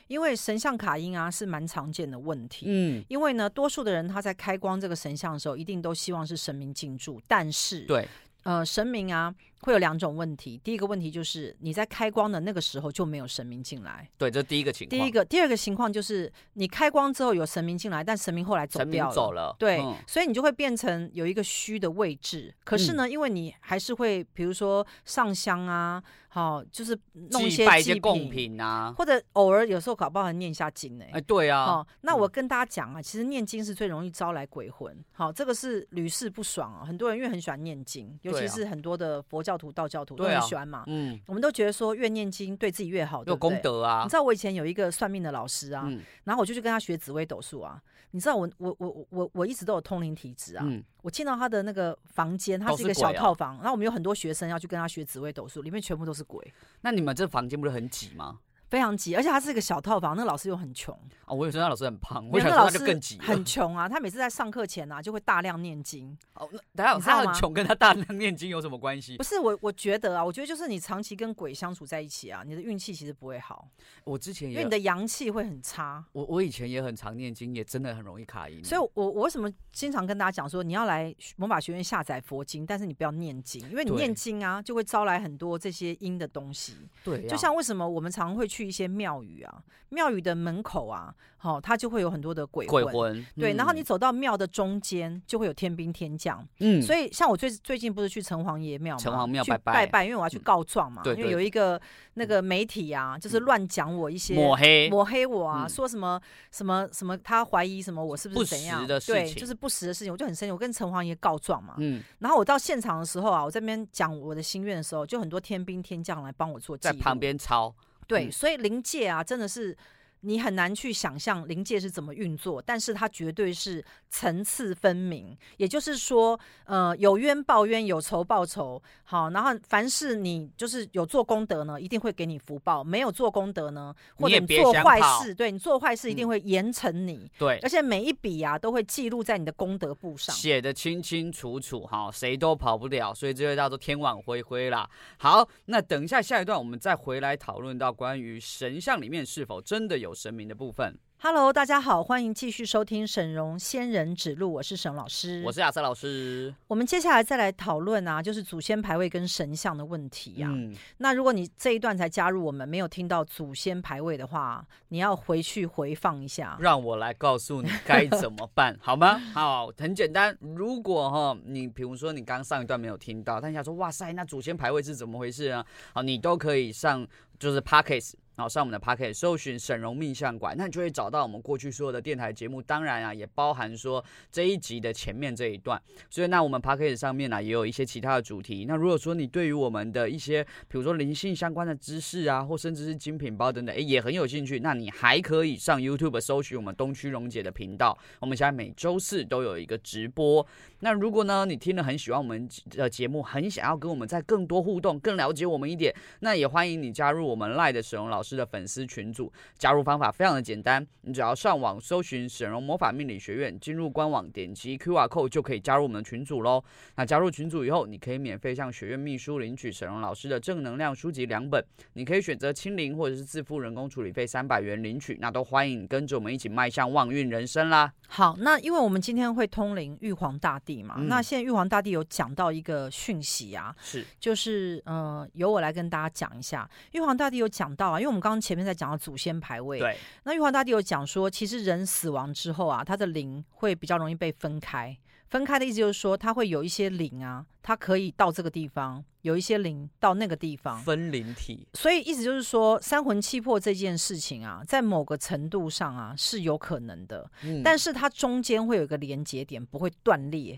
Speaker 1: 因为神像卡音啊是蛮常见的问题。
Speaker 2: 嗯，
Speaker 1: 因为呢，多数的人他在开光这个神像的时候，一定都希望是神明进驻，但是
Speaker 2: 对，
Speaker 1: 呃，神明啊会有两种问题。第一个问题就是你在开光的那个时候就没有神明进来。
Speaker 2: 对，这是第一个情
Speaker 1: 第
Speaker 2: 况。
Speaker 1: 一个，第二个情况就是你开光之后有神明进来，但神明后来走
Speaker 2: 神明
Speaker 1: 掉了。
Speaker 2: 走了，
Speaker 1: 对，
Speaker 2: 嗯
Speaker 1: 所以你就会变成有一个虚的位置。可是呢，
Speaker 2: 嗯
Speaker 1: 因为你还是会，比如说上香啊，好、就是弄一
Speaker 2: 祭
Speaker 1: 些
Speaker 2: 拜一
Speaker 1: 祭
Speaker 2: 些贡品啊，
Speaker 1: 或者偶尔有时候搞不好还念一下经呢、
Speaker 2: 哎，对啊，
Speaker 1: 好、那我跟大家讲啊，其实念经是最容易招来鬼魂。好、这个是屡试不爽啊。很多人因为很喜欢念经，尤
Speaker 2: 对
Speaker 1: 其
Speaker 2: 啊
Speaker 1: 是很多的佛教徒、道教徒都
Speaker 2: 对啊
Speaker 1: 很喜欢嘛。
Speaker 2: 嗯，
Speaker 1: 我们都觉得说越念经对自己越好，对
Speaker 2: 有
Speaker 1: 不对
Speaker 2: 功德啊
Speaker 1: 你知，道我以前有一个算命的老师啊，
Speaker 2: 嗯
Speaker 1: 然后我就去跟他学紫微斗数啊。你知道我我我我我一直都有通灵体质啊，
Speaker 2: 嗯，
Speaker 1: 我进到他的那个房间，他
Speaker 2: 都
Speaker 1: 是一
Speaker 2: 是
Speaker 1: 个小
Speaker 2: 鬼哦
Speaker 1: 套房，然后我们有很多学生要去跟他学紫微斗数，里面全部都是鬼，
Speaker 2: 那你们这房间不是很挤吗？
Speaker 1: 非常挤，而且他是一个小套房，那个老师又很穷，
Speaker 2: 啊，我有时候那老师很胖，
Speaker 1: 没
Speaker 2: 我
Speaker 1: 有
Speaker 2: 想
Speaker 1: 那老
Speaker 2: 说那
Speaker 1: 师
Speaker 2: 就更挤了。
Speaker 1: 很穷啊，他每次在上课前啊就会大量念经，
Speaker 2: 哦，那等下
Speaker 1: 你知道
Speaker 2: 他
Speaker 1: 吗
Speaker 2: 很穷，跟他大量念经有什么关系
Speaker 1: 不？是我我觉得啊，我觉得就是你长期跟鬼相处在一起啊，你的运气其实不会好，
Speaker 2: 我之前
Speaker 1: 因为
Speaker 2: 也
Speaker 1: 你，的阳气会很差。
Speaker 2: 我我以前也很常念经，也真的很容易卡音。
Speaker 1: 所以我，我为什么经常跟大家讲说，你要来魔法学院下载佛经，但是你不要念经，因为你
Speaker 2: 对
Speaker 1: 念经啊，就会招来很多这些阴的东西。
Speaker 2: 对啊，
Speaker 1: 就像为什么我们常会去一些庙宇啊，庙宇的门口啊，好、它就会有很多的鬼
Speaker 2: 鬼魂，
Speaker 1: 对，然后你
Speaker 2: 嗯
Speaker 1: 走到庙的中间，就会有天兵天将。
Speaker 2: 嗯
Speaker 1: 所以，像我最最近不是去城隍爷庙嘛，
Speaker 2: 城隍庙
Speaker 1: 去
Speaker 2: 拜拜嗯
Speaker 1: 拜因为我要去告状嘛。
Speaker 2: 对
Speaker 1: 因为
Speaker 2: 对嗯
Speaker 1: 有一个那个媒体啊，就是乱讲我一些
Speaker 2: 抹黑，
Speaker 1: 抹黑我啊，
Speaker 2: 嗯
Speaker 1: 说什么什么什么，他怀疑什么我是不
Speaker 2: 不
Speaker 1: 是怎
Speaker 2: 实
Speaker 1: 样？
Speaker 2: 的事
Speaker 1: 对，
Speaker 2: 情
Speaker 1: 就是不实的事情，我就很生气，我跟城隍爷告状嘛。
Speaker 2: 嗯，
Speaker 1: 然后我到现场的时候啊，我这边讲我的心愿的时候，就很多天兵天将来帮我做记
Speaker 2: 在
Speaker 1: 录
Speaker 2: 旁。边抄，
Speaker 1: 对，
Speaker 2: 嗯
Speaker 1: 所以灵界啊，真的是你很难去想象灵界是怎么运作，但是它绝对是层次分明。也就是说，呃，有冤报冤，有仇报仇。好，然后凡是你就是有做功德呢，一定会给你福报；没有做功德呢，或
Speaker 2: 你
Speaker 1: 者
Speaker 2: 也
Speaker 1: 你
Speaker 2: 别
Speaker 1: 做
Speaker 2: 想
Speaker 1: 坏
Speaker 2: 跑嗯
Speaker 1: 事，对你做坏事一定会严惩你。
Speaker 2: 对，
Speaker 1: 而且每一笔啊，都会记录在你的功德簿上。
Speaker 2: 写的清清楚楚哈，谁都跑不了，所以这就叫做天网恢恢啦。好，那等一下下一段我们再回来讨论到关于神像里面是否真的有神明的部分。
Speaker 1: Hello，大家好，欢迎继续收听沈荣仙人指路，我是沈老师。
Speaker 2: 我是亚瑟老师，
Speaker 1: 我们接下来再来讨论啊，就是祖先牌位跟神像的问题呀、
Speaker 2: 嗯，
Speaker 1: 那如果你这一段才加入我们，没有听到祖先牌位的话，你要回去回放一下。
Speaker 2: 让我来告诉你该怎么办， 好吗？好，很简单。如果哈，你比如说你刚上一段没有听到，但你想说哇塞，那祖先牌位是怎么回事啊？好，你都可以上就是 Pockets。然后上我们的 p o c k e t 搜寻沈荣命相馆，那你就会找到我们过去所有的电台节目，当然啊，也包含说这一集的前面这一段。所以那我们 p o c k e t 上面呢、也有一些其他的主题。那如果说你对于我们的一些，比如说灵性相关的知识啊，或甚至是精品包等等，诶，也很有兴趣，那你还可以上 YouTube 搜寻我们东区荣姐的频道，我们现在每周四都有一个直播。那如果呢，你听了很喜欢我们的节目，很想要跟我们再更多互动，更了解我们一点，那也欢迎你加入我们赖的沈荣老师的粉丝群组。加入方法非常的简单，你只要上网搜寻沈荣魔法命理学院，进入官网点击 QR code 就可以加入我们的群组喽。那加入群组以后，你可以免费向学院秘书领取沈荣老师的正能量书籍两本，你可以选择清零或者是自付人工处理费三百元领取，那都欢迎你跟着我们一起迈向旺运人生啦。
Speaker 1: 好，那因为我们今天会通灵玉皇大帝嘛，
Speaker 2: 嗯
Speaker 1: 那现在玉皇大帝有讲到一个讯息啊，
Speaker 2: 是，
Speaker 1: 就是呃，由我来跟大家讲一下，玉皇大帝有讲到啊，因为我们刚刚前面在讲到祖先牌位，
Speaker 2: 对，
Speaker 1: 那玉皇大帝有讲说，其实人死亡之后啊，他的灵会比较容易被分开。分开的意思就是说，他会有一些灵啊，它可以到这个地方，有一些灵到那个地方。
Speaker 2: 分灵体，
Speaker 1: 所以意思就是说，三魂七魄这件事情啊，在某个程度上啊是有可能的，
Speaker 2: 嗯
Speaker 1: 但是它中间会有一个连接点，不会断裂。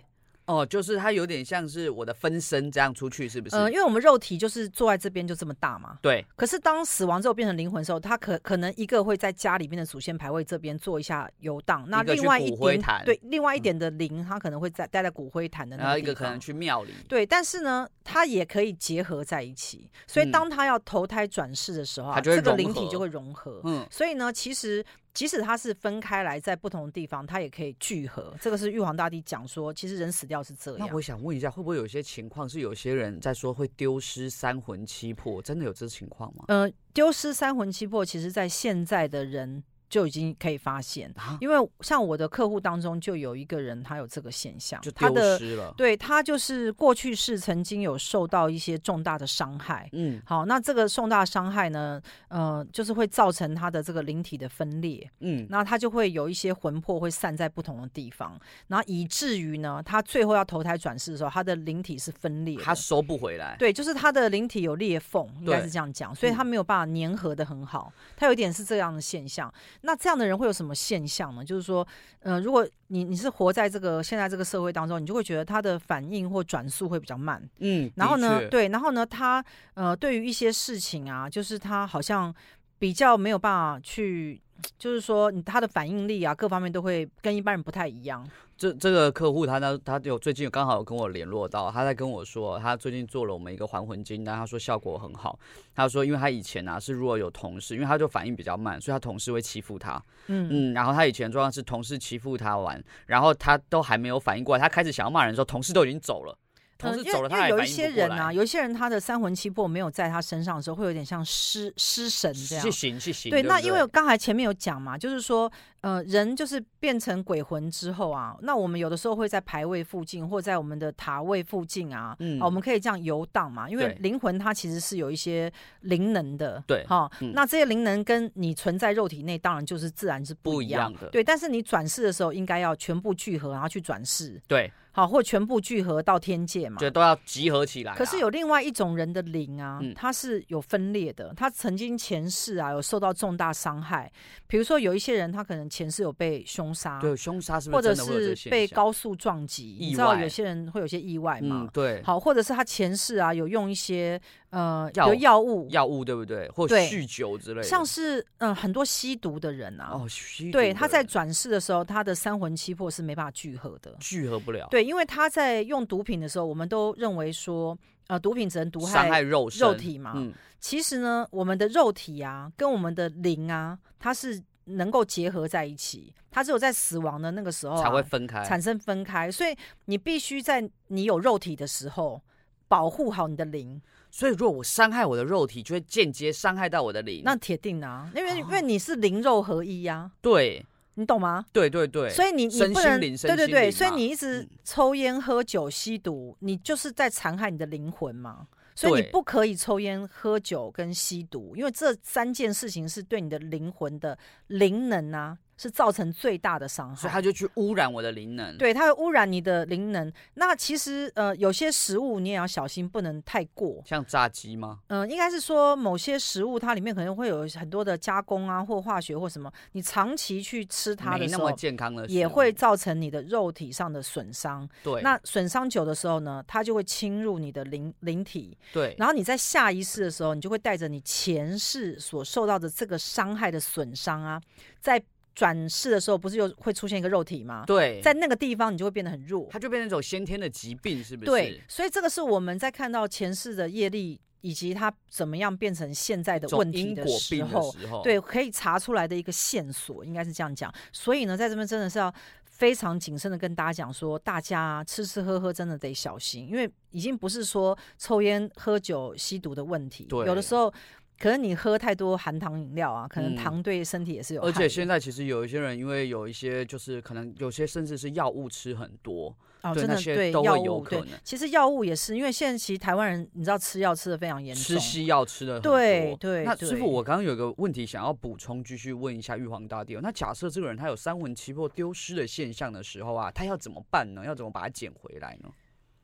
Speaker 2: 哦，就是它有点像是我的分身这样出去，是不是？
Speaker 1: 呃，因为我们肉体就是坐在这边就这么大嘛，
Speaker 2: 对，
Speaker 1: 可是当死亡之后变成灵魂的时候，他可可能一个会在家里面的祖先牌位这边做一下游荡，那
Speaker 2: 一个去
Speaker 1: 另外一
Speaker 2: 骨灰
Speaker 1: 点
Speaker 2: 坛嗯
Speaker 1: 对另外一点的灵，他可能会在待在骨灰坛的那
Speaker 2: 然后一
Speaker 1: 地
Speaker 2: 个可
Speaker 1: 方
Speaker 2: 能去庙里，
Speaker 1: 对，但是呢，它也可以结合在一起，所以
Speaker 2: 嗯
Speaker 1: 当他要投胎转世的时候、啊，
Speaker 2: 它就会
Speaker 1: 这个
Speaker 2: 融
Speaker 1: 灵体
Speaker 2: 合
Speaker 1: 就会融合。
Speaker 2: 嗯，
Speaker 1: 所以呢，其实即使它是分开来在不同的地方，它也可以聚合。这个是玉皇大帝讲说，其实人死掉是这
Speaker 2: 那
Speaker 1: 样。
Speaker 2: 我想问一下，会不会有些情况是有些人在说会丢失三魂七魄，真的有这情况吗？
Speaker 1: 呃，丢失三魂七魄，其实在现在的人就已经可以发现，
Speaker 2: 啊
Speaker 1: 因为像我的客户当中就有一个人，他有这个现象
Speaker 2: 就，
Speaker 1: 他
Speaker 2: 丢
Speaker 1: 的
Speaker 2: 失了，
Speaker 1: 对他就是过去式曾经有受到一些重大的伤害。
Speaker 2: 嗯
Speaker 1: 好，那这个重大伤害呢，呃，就是会造成他的这个灵体的分裂，
Speaker 2: 嗯，
Speaker 1: 那他就会有一些魂魄会散在不同的地方，然后以至于呢，他最后要投胎转世的时候，他的灵体是分裂的，
Speaker 2: 他收不回来，
Speaker 1: 对，就是它的灵体有裂缝，应该
Speaker 2: 对嗯
Speaker 1: 是这样讲，所以它没有办法粘合的很好。它有一点是这样的现象。那这样的人会有什么现象呢？就是说，呃，如果你你是活在这个现在这个社会当中，你就会觉得他的反应或转速会比较慢。
Speaker 2: 嗯，
Speaker 1: 然后呢，
Speaker 2: 的确，
Speaker 1: 对，然后呢，他呃，对于一些事情啊，就是他好像比较没有办法去，就是说你他的反应力啊，各方面都会跟一般人不太一样。
Speaker 2: 这这个客户他呢，他有最近有刚好有跟我联络到，他在跟我说，他最近做了我们一个还魂金丹，他说效果很好，他说因为他以前啊是如果有同事，因为他就反应比较慢，所以他同事会欺负他，
Speaker 1: 嗯，
Speaker 2: 嗯，然后他以前的状况是同事欺负他玩，然后他都还没有反应过来，他开始想要骂人的时候，同事都已经走了，同
Speaker 1: 嗯，
Speaker 2: 事
Speaker 1: 因为
Speaker 2: 走
Speaker 1: 因
Speaker 2: 了，他
Speaker 1: 为
Speaker 2: 还
Speaker 1: 有一
Speaker 2: 反
Speaker 1: 些
Speaker 2: 应不过
Speaker 1: 人啊，
Speaker 2: 来。
Speaker 1: 有一些人他的三魂七魄没有在他身上的时候，会有点像失失神这样
Speaker 2: 是。行是行，
Speaker 1: 对，那
Speaker 2: 不
Speaker 1: 因为刚才前面有讲嘛，就是说，呃，人就是变成鬼魂之后啊，那我们有的时候会在牌位附近，或在我们的塔位附近啊，
Speaker 2: 嗯
Speaker 1: 啊我们可以这样游荡嘛，因为
Speaker 2: 对
Speaker 1: 灵魂它其实是有一些灵能的，
Speaker 2: 对
Speaker 1: 哈、
Speaker 2: 嗯
Speaker 1: 那这些灵能跟你存在肉体内，当然就是自然是
Speaker 2: 不
Speaker 1: 一
Speaker 2: 一
Speaker 1: 样
Speaker 2: 样的，
Speaker 1: 对，但是你转世的时候应该要全部聚合，然后去转世，
Speaker 2: 对，
Speaker 1: 好，或全部聚合到天界嘛。
Speaker 2: 就都要集合起来啊。
Speaker 1: 可是有另外一种人的灵啊
Speaker 2: 嗯，
Speaker 1: 他是有分裂的，他曾经前世啊有受到重大伤害，比如说有一些人他可能往前是有被凶杀，
Speaker 2: 对，凶杀是不
Speaker 1: 或
Speaker 2: 是
Speaker 1: 者
Speaker 2: 真的会有这
Speaker 1: 是
Speaker 2: 个现
Speaker 1: 被
Speaker 2: 象？
Speaker 1: 高速撞击，
Speaker 2: 意
Speaker 1: 你知道
Speaker 2: 外
Speaker 1: 有些人会有些意外
Speaker 2: 嗯
Speaker 1: 嘛，？
Speaker 2: 对，
Speaker 1: 好，或者是他前世啊有用一些呃
Speaker 2: 药
Speaker 1: 有药物，
Speaker 2: 药物对不对？或
Speaker 1: 对
Speaker 2: 酗酒之类的，
Speaker 1: 像是嗯、呃很多吸毒的人啊，
Speaker 2: 哦，吸
Speaker 1: 对，
Speaker 2: 毒
Speaker 1: 他
Speaker 2: 的
Speaker 1: 在
Speaker 2: 人
Speaker 1: 转世的时候，他的三魂七魄是没办法聚合的。
Speaker 2: 聚合不了，
Speaker 1: 对，因为他在用毒品的时候，我们都认为说，呃，毒品只能毒
Speaker 2: 伤害
Speaker 1: 害
Speaker 2: 肉
Speaker 1: 肉
Speaker 2: 身，
Speaker 1: 体嘛。
Speaker 2: 嗯，
Speaker 1: 其实呢，我们的肉体啊，跟我们的灵啊，它是能够结合在一起，它只有在死亡的那个时候、啊、
Speaker 2: 才会分开，
Speaker 1: 产生分开。所以你必须在你有肉体的时候，保护好你的灵，
Speaker 2: 所以如果我伤害我的肉体，就会间接伤害到我的灵。
Speaker 1: 那铁定啊，因为、因为
Speaker 2: 嗯哦
Speaker 1: 你是灵肉合一呀、
Speaker 2: 对
Speaker 1: 你懂吗？
Speaker 2: 对对对，
Speaker 1: 所以你你
Speaker 2: 身
Speaker 1: 不
Speaker 2: 心
Speaker 1: 能
Speaker 2: 灵身
Speaker 1: 对对
Speaker 2: 心
Speaker 1: 对，
Speaker 2: 灵
Speaker 1: 所以
Speaker 2: 嘛
Speaker 1: 你一直
Speaker 2: 嗯
Speaker 1: 抽烟、喝酒、吸毒，你就是在残害你的灵魂嘛。所以你
Speaker 2: 对
Speaker 1: 不可以抽烟、喝酒跟吸毒，因为这三件事情是对你的灵魂的灵能啊，是造成最大的伤
Speaker 2: 所以
Speaker 1: 害。
Speaker 2: 他就去污染我的灵能。
Speaker 1: 对，它会污染你的灵能。那其实呃，有些食物你也要小心，不能太过。
Speaker 2: 像炸鸡吗？
Speaker 1: 嗯、应该是说某些食物它里面可能会有很多的加工啊，或化学或什么，你长期去吃它
Speaker 2: 没
Speaker 1: 的时
Speaker 2: 那
Speaker 1: 候
Speaker 2: 么，健康的食物，
Speaker 1: 也会造成你的肉体上的损伤。
Speaker 2: 对，
Speaker 1: 那损伤久的时候呢，它就会侵入你的灵灵体，
Speaker 2: 对，
Speaker 1: 然后你在下一世的时候，你就会带着你前世所受到的这个伤害的损伤啊，在转世的时候不是又会出现一个肉体吗？
Speaker 2: 对，
Speaker 1: 在那个地方你就会变得很弱。
Speaker 2: 他就变成一种先天的疾病，是不是？
Speaker 1: 对，，所以这个是我们在看到前世的业力以及它怎么样变成现在的问题
Speaker 2: 因
Speaker 1: 的
Speaker 2: 果
Speaker 1: 时
Speaker 2: 病
Speaker 1: 候，
Speaker 2: 时候，，
Speaker 1: 对，可以查出来的一个线索，应该是这样讲。所以呢，在这边真的是要非常谨慎的跟大家讲说，大家、啊、吃吃喝喝真的得小心，因为已经不是说抽烟、喝酒、吸毒的问题，
Speaker 2: 对
Speaker 1: 有的时候。可能你喝太多含糖饮料啊，可能
Speaker 2: 嗯
Speaker 1: 糖对身体也是有害
Speaker 2: 而
Speaker 1: 的、
Speaker 2: 且现在其实有一些人，因为有一些就是可能有些甚至是药物吃很多，
Speaker 1: 哦，
Speaker 2: 对
Speaker 1: 真
Speaker 2: 那
Speaker 1: 的
Speaker 2: 些
Speaker 1: 对
Speaker 2: 都会
Speaker 1: 药
Speaker 2: 有
Speaker 1: 物
Speaker 2: 可
Speaker 1: 对
Speaker 2: 能，
Speaker 1: 其实药物也是，因为现在其实台湾人你知道吃药吃的非常严重，
Speaker 2: 吃西药吃的很多。
Speaker 1: 对对
Speaker 2: 那
Speaker 1: 对
Speaker 2: 师傅，我刚刚有个问题想要补充，继续问一下玉皇大帝、哦。那假设这个人他有三魂七魄丢失的现象的时候啊，他要怎么办呢？要怎么把它捡回来呢？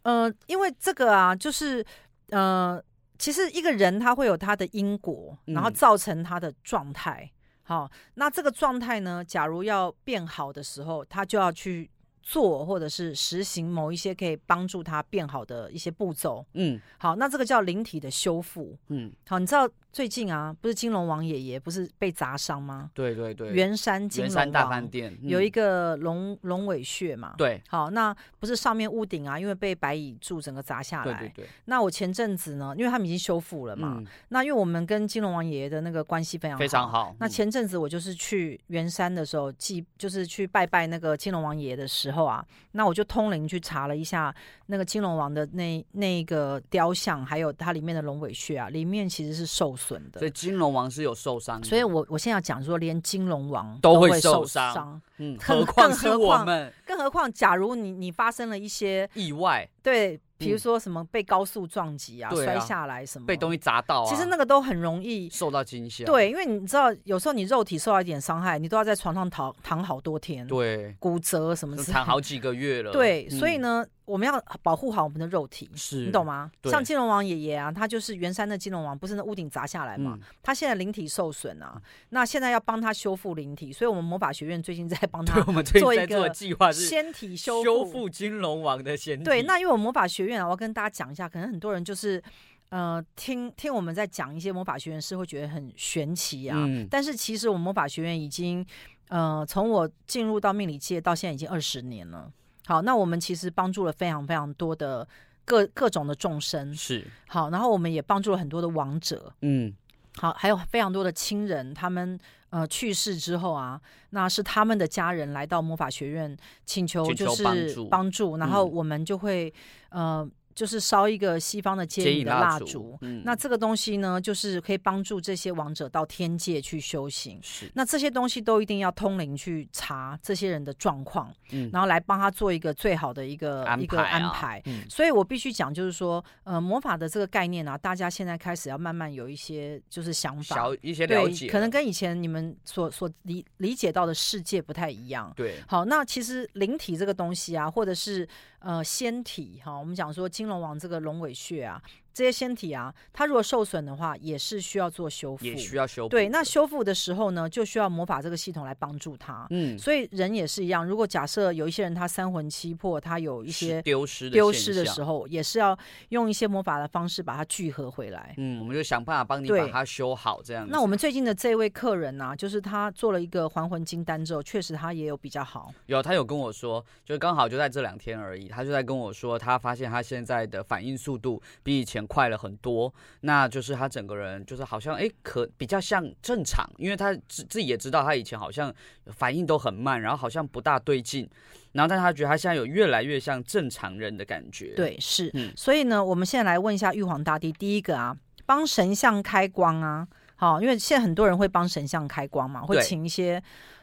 Speaker 1: 呃，因为这个啊，就是呃，其实一个人他会有他的因果，然后
Speaker 2: 嗯
Speaker 1: 造成他的状态。好，那这个状态呢，假如要变好的时候，他就要去做或者是实行某一些可以帮助他变好的一些步骤。
Speaker 2: 嗯
Speaker 1: 好，那这个叫灵体的修复。
Speaker 2: 嗯，
Speaker 1: 好，你知道最近啊，不是金龙王爷爷不是被砸伤吗？
Speaker 2: 对对对，
Speaker 1: 圆山金
Speaker 2: 圆
Speaker 1: 龙
Speaker 2: 山大
Speaker 1: 王
Speaker 2: 饭店、嗯
Speaker 1: 有一个龙龙尾穴嘛。
Speaker 2: 对
Speaker 1: 好，那不是上面屋顶啊，因为被白蚁柱整个砸下来。
Speaker 2: 对对对，
Speaker 1: 那我前阵子呢，因为他们已经修复了嘛，
Speaker 2: 嗯，
Speaker 1: 那因为我们跟金龙王爷爷的那个关系非常
Speaker 2: 非常。好。
Speaker 1: 那
Speaker 2: 嗯
Speaker 1: 前阵子我就是去圆山的时候，记就是去拜拜那个金龙王爷爷的时候啊，那我就通灵去查了一下那个金龙王的那那个雕像，还有它里面的龙尾穴啊，里面其实是受损
Speaker 2: 所
Speaker 1: 的
Speaker 2: 以。金龙王是有受伤的，
Speaker 1: 所以我我现在要讲说，连金龙王
Speaker 2: 都会
Speaker 1: 会
Speaker 2: 受
Speaker 1: 受
Speaker 2: 伤
Speaker 1: 伤，
Speaker 2: 嗯，
Speaker 1: 更
Speaker 2: 何况
Speaker 1: 更
Speaker 2: 是
Speaker 1: 何
Speaker 2: 我
Speaker 1: 况
Speaker 2: 们
Speaker 1: 更何况假如你你发生了一些
Speaker 2: 意外
Speaker 1: 对，比如
Speaker 2: 嗯
Speaker 1: 说什么被高速撞击啊，
Speaker 2: 对啊
Speaker 1: 摔下来什么，
Speaker 2: 被东西砸到啊，啊
Speaker 1: 其实那个都很容易。
Speaker 2: 受到惊吓，
Speaker 1: 对，因为你知道，有时候你肉体受到一点伤害，你都要在床上躺躺好多天，
Speaker 2: 对，
Speaker 1: 骨折什么
Speaker 2: 就
Speaker 1: 之
Speaker 2: 躺
Speaker 1: 类
Speaker 2: 好几个月了。
Speaker 1: 的。嗯对，
Speaker 2: 嗯
Speaker 1: 所以，呢，我们要保护好我们的肉体，
Speaker 2: 是
Speaker 1: 你懂吗？
Speaker 2: 对
Speaker 1: 像金龙王爷爷啊，他就是圆山的金龙王，不是那屋顶砸下来嘛，
Speaker 2: 嗯
Speaker 1: 他现在灵体受损啊，那现在要帮他修复灵体，所以我们魔法学院最近在帮
Speaker 2: 对，
Speaker 1: 他
Speaker 2: 我们最
Speaker 1: 做
Speaker 2: 近
Speaker 1: 一
Speaker 2: 在做的
Speaker 1: 个
Speaker 2: 计划是
Speaker 1: 仙体修
Speaker 2: 修
Speaker 1: 复
Speaker 2: 复金龙王的先
Speaker 1: 对，那因为我魔法学院啊，我要跟大家讲一下，可能很多人就是，呃，听听我们在讲一些魔法学院是会觉得很玄奇啊，
Speaker 2: 嗯，
Speaker 1: 但是其实我们魔法学院已经，呃，从我进入到命理界到现在已经二十年了。好，那我们其实帮助了非常非常多的各各种的众生，
Speaker 2: 是，
Speaker 1: 好，然后我们也帮助了很多的亡者，
Speaker 2: 嗯，
Speaker 1: 好，还有非常多的亲人，他们呃去世之后啊，那是他们的家人来到魔法学院请求
Speaker 2: 请求
Speaker 1: 就是
Speaker 2: 帮助
Speaker 1: 帮助，然后
Speaker 2: 嗯
Speaker 1: 我们就会、呃就是烧一个西方的接
Speaker 2: 接
Speaker 1: 引
Speaker 2: 引
Speaker 1: 的蜡
Speaker 2: 烛
Speaker 1: 烛，，
Speaker 2: 嗯
Speaker 1: 那这个东西呢，就是可以帮助这些亡者到天界去修行。
Speaker 2: 是，
Speaker 1: 那这些东西都一定要通灵去查这些人的状况，
Speaker 2: 嗯
Speaker 1: 然后来帮他做一个最好的一个、
Speaker 2: 安
Speaker 1: 呃一个
Speaker 2: 排啊
Speaker 1: 安排。
Speaker 2: 嗯
Speaker 1: 所以我必须讲，就是说，呃，魔法的这个概念啊，大家现在开始要慢慢有一些就是想法，
Speaker 2: 小一些了
Speaker 1: 对，
Speaker 2: 解，
Speaker 1: 可能跟以前你们所所理理解到的世界不太一样。
Speaker 2: 对，
Speaker 1: 好，那其实灵体这个东西啊，或者是呃仙体哈、我们讲说金龙王这个龙尾穴啊，这些仙体啊，它如果受损的话，也是需要做修复。
Speaker 2: 也需要修补的。
Speaker 1: 对，那修复的时候呢，就需要魔法这个系统来帮助他。
Speaker 2: 嗯，
Speaker 1: 所以人也是一样，如果假设有一些人他三魂七魄，他有一
Speaker 2: 是
Speaker 1: 些
Speaker 2: 丢失
Speaker 1: 丢失的时
Speaker 2: 候，
Speaker 1: 候，也是要用一些魔法的方式把它聚合回来。
Speaker 2: 嗯，我们就想办法帮你
Speaker 1: 对
Speaker 2: 把它修好，这样子。
Speaker 1: 那我们最近的这位客人呢、就是他做了一个还魂金丹之后，确实他也有比较好。
Speaker 2: 有他有跟我说，就刚好就在这两天而已，他就在跟我说，他发现他现在的反应速度比以前快了很多，那就是他整个人就是好像哎、诶可比较像正常，因为他自自己也知道他以前好像反应都很慢，然后好像不大对劲，然后但他觉得他现在有越来越像正常人的感觉。，
Speaker 1: 对，是。
Speaker 2: 嗯
Speaker 1: 所以呢，我们现在来问一下玉皇大帝，第一个啊，帮神像开光啊，好，因为现在很多人会帮神像开光嘛，会
Speaker 2: 对
Speaker 1: 请一些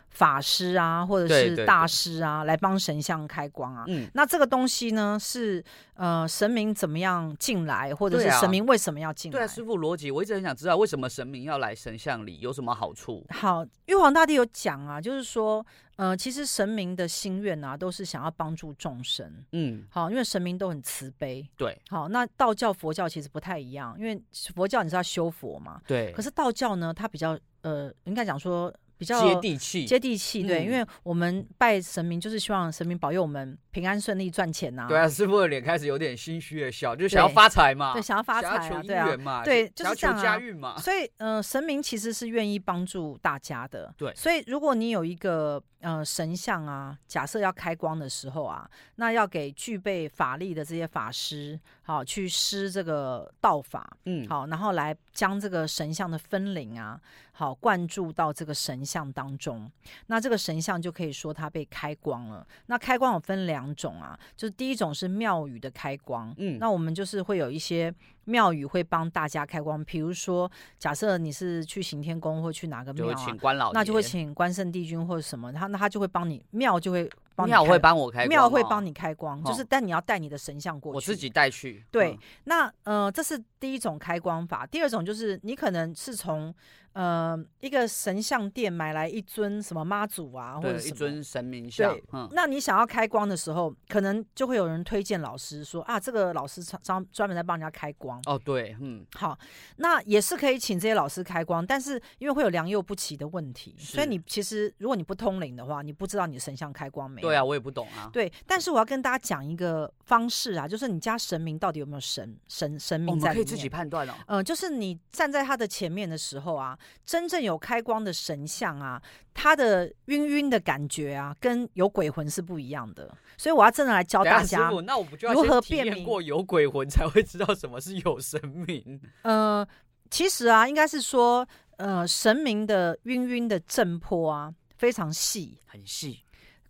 Speaker 1: 法师啊，或者
Speaker 2: 对
Speaker 1: 是
Speaker 2: 对
Speaker 1: 大
Speaker 2: 对
Speaker 1: 师啊来帮神像开光啊。
Speaker 2: 嗯，
Speaker 1: 那这个东西呢，是呃神明怎么样进来，或者
Speaker 2: 对
Speaker 1: 是
Speaker 2: 啊
Speaker 1: 神明为什么要进来？
Speaker 2: 对啊，师傅逻辑，我一直很想知道为什么神明要来神像里，有什么好处？
Speaker 1: 好，玉皇大帝有讲啊，就是说，呃，其实神明的心愿啊，都是想要帮助众生。
Speaker 2: 嗯，
Speaker 1: 好，因为神明都很慈悲。
Speaker 2: 对
Speaker 1: 好，那道教、佛教其实不太一样，因为佛教你是要修佛嘛，
Speaker 2: 对，
Speaker 1: 可
Speaker 2: 是
Speaker 1: 是道教呢，它比较呃，应该讲说比较
Speaker 2: 接地气，
Speaker 1: 接地气，对，
Speaker 2: 嗯
Speaker 1: 因为我们拜神明就是希望神明保佑我们平安顺利、赚钱呐、
Speaker 2: 对啊，师傅的脸开始有点心虚的笑，就是想要
Speaker 1: 对
Speaker 2: 发财嘛，
Speaker 1: 对，想要发
Speaker 2: 想要
Speaker 1: 财啊，
Speaker 2: 求
Speaker 1: 对
Speaker 2: 姻
Speaker 1: 啊
Speaker 2: 缘。嘛，
Speaker 1: 对
Speaker 2: 想
Speaker 1: 就
Speaker 2: 要
Speaker 1: 是这样
Speaker 2: 求
Speaker 1: 啊
Speaker 2: 家运嘛，
Speaker 1: 所以，呃，神明其实是愿意帮助大家的。
Speaker 2: 对
Speaker 1: 所以如果你有一个呃神像啊，假设要开光的时候啊，那要给具备法力的这些法师，好去施这个道法，
Speaker 2: 嗯，
Speaker 1: 好，然后来将这个神像的分灵啊，好灌注到这个神像当中。那这个神像就可以说它被开光了。那开光有分两种啊，就是第一种是庙宇的开光，
Speaker 2: 嗯，
Speaker 1: 那我们就是会有一些庙宇会帮大家开光，比如说假设你是去行天宫或去哪个
Speaker 2: 就
Speaker 1: 庙
Speaker 2: 会
Speaker 1: 啊
Speaker 2: 请，关老爷，
Speaker 1: 那就会请关圣帝君或者什么，他那他就会帮你庙就会帮你
Speaker 2: 庙会
Speaker 1: 开
Speaker 2: 帮我开，
Speaker 1: 庙会帮
Speaker 2: 你，
Speaker 1: 你开光，就是
Speaker 2: 哦
Speaker 1: 但你要带你的神像过去，
Speaker 2: 我自己带去，
Speaker 1: 对
Speaker 2: 嗯，
Speaker 1: 那呃，这是第一种开光法。第二种就是你可能是从呃一个神像店买来一尊什么妈祖啊，或者
Speaker 2: 对，
Speaker 1: 什
Speaker 2: 一
Speaker 1: 么。
Speaker 2: 尊神明像
Speaker 1: 对，
Speaker 2: 嗯，
Speaker 1: 那你想要开光的时候，可能就会有人推荐老师说啊，这个老师专专专门在帮人家开光。
Speaker 2: 哦，对，嗯，
Speaker 1: 好，那也是可以请这些老师开光，但是因为会有良莠不齐的问题，所以
Speaker 2: 是
Speaker 1: 你其实如果你不通灵的话，你不知道你的神像开光没有。
Speaker 2: 对啊，我也不懂啊，
Speaker 1: 对，但是我要跟大家讲一个方式啊，就是你家神明到底有没有神神神
Speaker 2: 哦我
Speaker 1: 明在里
Speaker 2: 们可以
Speaker 1: 面？
Speaker 2: 自己判断哦，
Speaker 1: 呃，就是你站在他的前面的时候啊，真正有开光的神像啊，他的晕晕的感觉啊，跟有鬼魂是不一样的。所以我要真的来教
Speaker 2: 等
Speaker 1: 大
Speaker 2: 一下
Speaker 1: 家
Speaker 2: 师，傅，那我不就要
Speaker 1: 如何
Speaker 2: 先体
Speaker 1: 辨
Speaker 2: 验
Speaker 1: 明
Speaker 2: 过有鬼魂才会知道什么是有神明？
Speaker 1: 呃，其实啊，应该是说，呃，神明的晕晕的震波啊，非常细，
Speaker 2: 很细，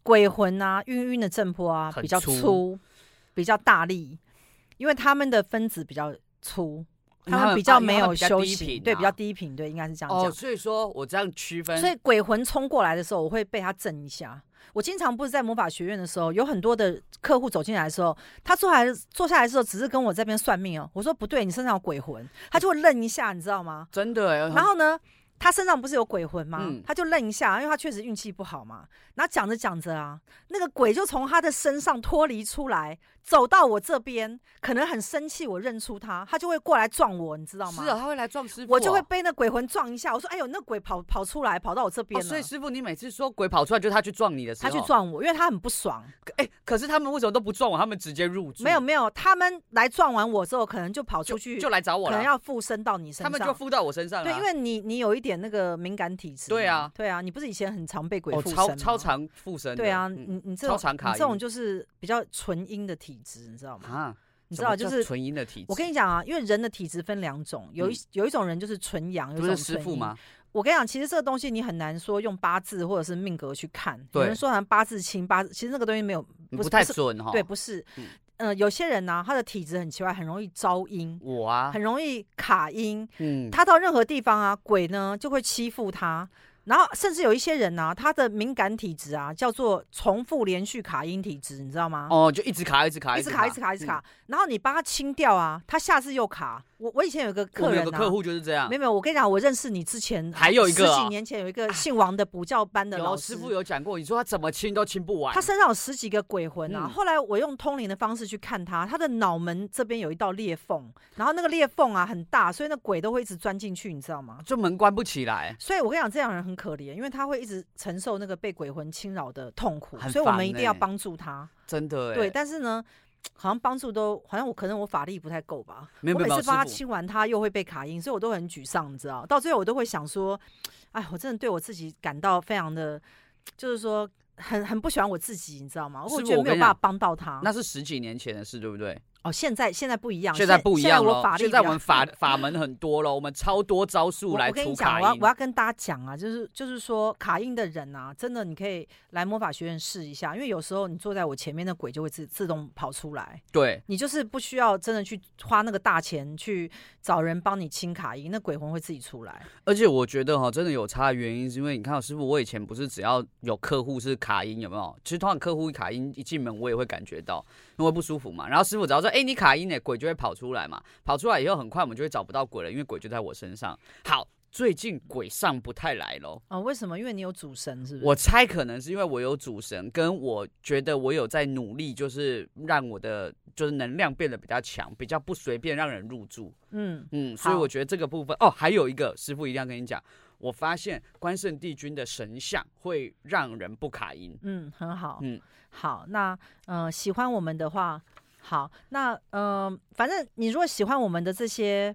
Speaker 1: 鬼魂啊，晕晕的震波啊，
Speaker 2: 很
Speaker 1: 比较
Speaker 2: 粗
Speaker 1: 粗，比较大力，因为他们的分子比较粗，
Speaker 2: 因为
Speaker 1: 他们比较
Speaker 2: 啊因为
Speaker 1: 没
Speaker 2: 他们
Speaker 1: 有
Speaker 2: 比较
Speaker 1: 修
Speaker 2: 低
Speaker 1: 行，
Speaker 2: 频
Speaker 1: 对，
Speaker 2: 啊
Speaker 1: 比较低频，对，应该是这样讲
Speaker 2: 哦，。所以说我这样区分，
Speaker 1: 所以鬼魂冲过来的时候，我会被他震一下。我经常不是在魔法学院的时候，有很多的客户走进来的时候，他坐下来坐下来的时候，只是跟我这边算命哦。我说不对，你身上有鬼魂，他就会愣一下，你知道吗？
Speaker 2: 真的欸，
Speaker 1: 然后呢，他身上不是有鬼魂吗？
Speaker 2: 嗯
Speaker 1: 他就愣一下，因为他确实运气不好嘛。然后讲着讲着啊，那个鬼就从他的身上脱离出来，走到我这边，可能很生气，我认出他，他就会过来撞我，你知道吗？
Speaker 2: 是啊，他会来撞师傅哦，
Speaker 1: 我就会被那鬼魂撞一下，我说：“哎呦，那鬼跑跑出来，跑到我这边
Speaker 2: 哦，
Speaker 1: 了。
Speaker 2: 所以师傅，你每次说鬼跑出来，就是他去撞你的时
Speaker 1: 他
Speaker 2: 候，
Speaker 1: 去。撞我，因为他很不爽。
Speaker 2: 哎、可是他们为什么都不撞我？他们直接入住，
Speaker 1: 没有没有，他们来撞完我之后，可能就跑
Speaker 2: 就
Speaker 1: 出去，
Speaker 2: 就来找我
Speaker 1: 可能
Speaker 2: 了。
Speaker 1: 要附身到你身
Speaker 2: 他
Speaker 1: 上。
Speaker 2: 们就附到我身上了。啊
Speaker 1: 对，因为你你有一点那个敏感体质嘛。
Speaker 2: 对啊
Speaker 1: 对啊，你不是以前很常被鬼
Speaker 2: 我、
Speaker 1: 附身吗、
Speaker 2: 超超常附身的。
Speaker 1: 对啊，
Speaker 2: 嗯
Speaker 1: 你你这
Speaker 2: 超
Speaker 1: 种
Speaker 2: 常卡
Speaker 1: 你这种
Speaker 2: 音
Speaker 1: 就是比较纯阴的体质，你知道吗？
Speaker 2: 啊，
Speaker 1: 你知
Speaker 2: 什么
Speaker 1: 道就
Speaker 2: 叫
Speaker 1: 是。
Speaker 2: 纯阴的体质。嗯
Speaker 1: 我跟你讲啊，因为人的体质分两种，有一、有一种人就是纯阳，有
Speaker 2: 不
Speaker 1: 一
Speaker 2: 是
Speaker 1: 种
Speaker 2: 师
Speaker 1: 纯
Speaker 2: 傅
Speaker 1: 阴。
Speaker 2: 吗？
Speaker 1: 我跟你讲，其实这个东西你很难说用八字或者是命格去看。有
Speaker 2: 对嗯
Speaker 1: 人说好像八字轻，八字其实那个东西没有，不是
Speaker 2: 不太
Speaker 1: 不是
Speaker 2: 准哈。
Speaker 1: 对，，不是。
Speaker 2: 嗯
Speaker 1: 呃，有些人呢、他的体质很奇怪，很容易招阴，
Speaker 2: 我啊，
Speaker 1: 很容易卡阴。
Speaker 2: 嗯，
Speaker 1: 他到任何地方啊，鬼呢就会欺负他，然后甚至有一些人呢、他的敏感体质啊，叫做重复连续卡音体质，你知道吗？
Speaker 2: 哦，就一直卡，一直卡，嗯
Speaker 1: 一直卡，一直卡，一直卡。然后你帮他清掉啊，他下次又卡。我我以前有个
Speaker 2: 嗯。我
Speaker 1: 客
Speaker 2: 们
Speaker 1: 人、
Speaker 2: 有
Speaker 1: 啊，
Speaker 2: 个客户就是这样
Speaker 1: 没，有没有，我跟你讲，我认识你之前
Speaker 2: 还有一个
Speaker 1: 十
Speaker 2: 啊
Speaker 1: 几年前有一个姓王的补教班的老
Speaker 2: 有
Speaker 1: 师
Speaker 2: 师傅有讲过，你说他怎么清都清不完
Speaker 1: 他。身上有十几个鬼魂啊！
Speaker 2: 嗯
Speaker 1: 后来我用通灵的方式去看他，他的脑门这边有一道裂缝，然后那个裂缝啊很大，所以那鬼都会一直钻进去，你知道吗？
Speaker 2: 就门关不起来，
Speaker 1: 所以我跟你讲，这样的人很可怜，因为他会一直承受那个被鬼魂侵扰的痛苦，
Speaker 2: 很
Speaker 1: 所以我们
Speaker 2: 烦
Speaker 1: 一定要
Speaker 2: 欸
Speaker 1: 帮助他。
Speaker 2: 真的哎。
Speaker 1: 对，，但是呢，好像帮助都好像我可能我法力不太够吧，
Speaker 2: 没有
Speaker 1: 我
Speaker 2: 没
Speaker 1: 每
Speaker 2: 有没有
Speaker 1: 次帮他
Speaker 2: 师
Speaker 1: 清完他又会被卡音，所以我都很沮丧，你知道？到最后我都会想说，哎，我真的对我自己感到非常的，就是说很很不喜欢我自己，你知道吗？
Speaker 2: 师
Speaker 1: 我
Speaker 2: 傅
Speaker 1: 觉得
Speaker 2: 我
Speaker 1: 没
Speaker 2: 跟
Speaker 1: 有
Speaker 2: 你
Speaker 1: 办法
Speaker 2: 讲
Speaker 1: 帮到他。
Speaker 2: 那是十几年前的事，对不对？
Speaker 1: 哦，现在现在不一样，
Speaker 2: 现在不一样
Speaker 1: 现在我
Speaker 2: 了
Speaker 1: 法，力
Speaker 2: 现
Speaker 1: 比
Speaker 2: 在
Speaker 1: 较
Speaker 2: 我们法法门很多了，我们超多招数
Speaker 1: 我
Speaker 2: 来
Speaker 1: 我跟
Speaker 2: 除
Speaker 1: 你讲，
Speaker 2: 卡
Speaker 1: 我要
Speaker 2: 音
Speaker 1: 我。要跟大家讲啊，就是就是说卡印的人啊，真的你可以来魔法学院试一下，因为有时候你坐在我前面的鬼就会自自动跑出来。
Speaker 2: 对，
Speaker 1: 你就是不需要真的去花那个大钱去找人帮你清卡音，那鬼魂会自己出来。
Speaker 2: 而且我觉得哈，真的有差的原因，是因为你看，哦师傅，我以前不是只要有客户是卡音，有没有？其实通常客户一卡音一进门，我也会感觉到，因为不舒服嘛。然后师傅只要说，哎、你卡音呢，鬼就会跑出来嘛。跑出来以后，很快我们就会找不到鬼了，因为鬼就在我身上。好，最近鬼上不太来喽。
Speaker 1: 啊、为什么？因为你有主神，是不是？
Speaker 2: 我猜可能是因为我有主神，跟我觉得我有在努力，就是让我的就是能量变得比较强，比较不随便让人入住。
Speaker 1: 嗯，
Speaker 2: 嗯，所以
Speaker 1: 好
Speaker 2: 我觉得这个部分哦，还有一个师傅一定要跟你讲，我发现关圣帝君的神像会让人不卡音。
Speaker 1: 嗯，很好，
Speaker 2: 嗯
Speaker 1: 好，那呃，喜欢我们的话，好，那呃，反正你如果喜欢我们的这些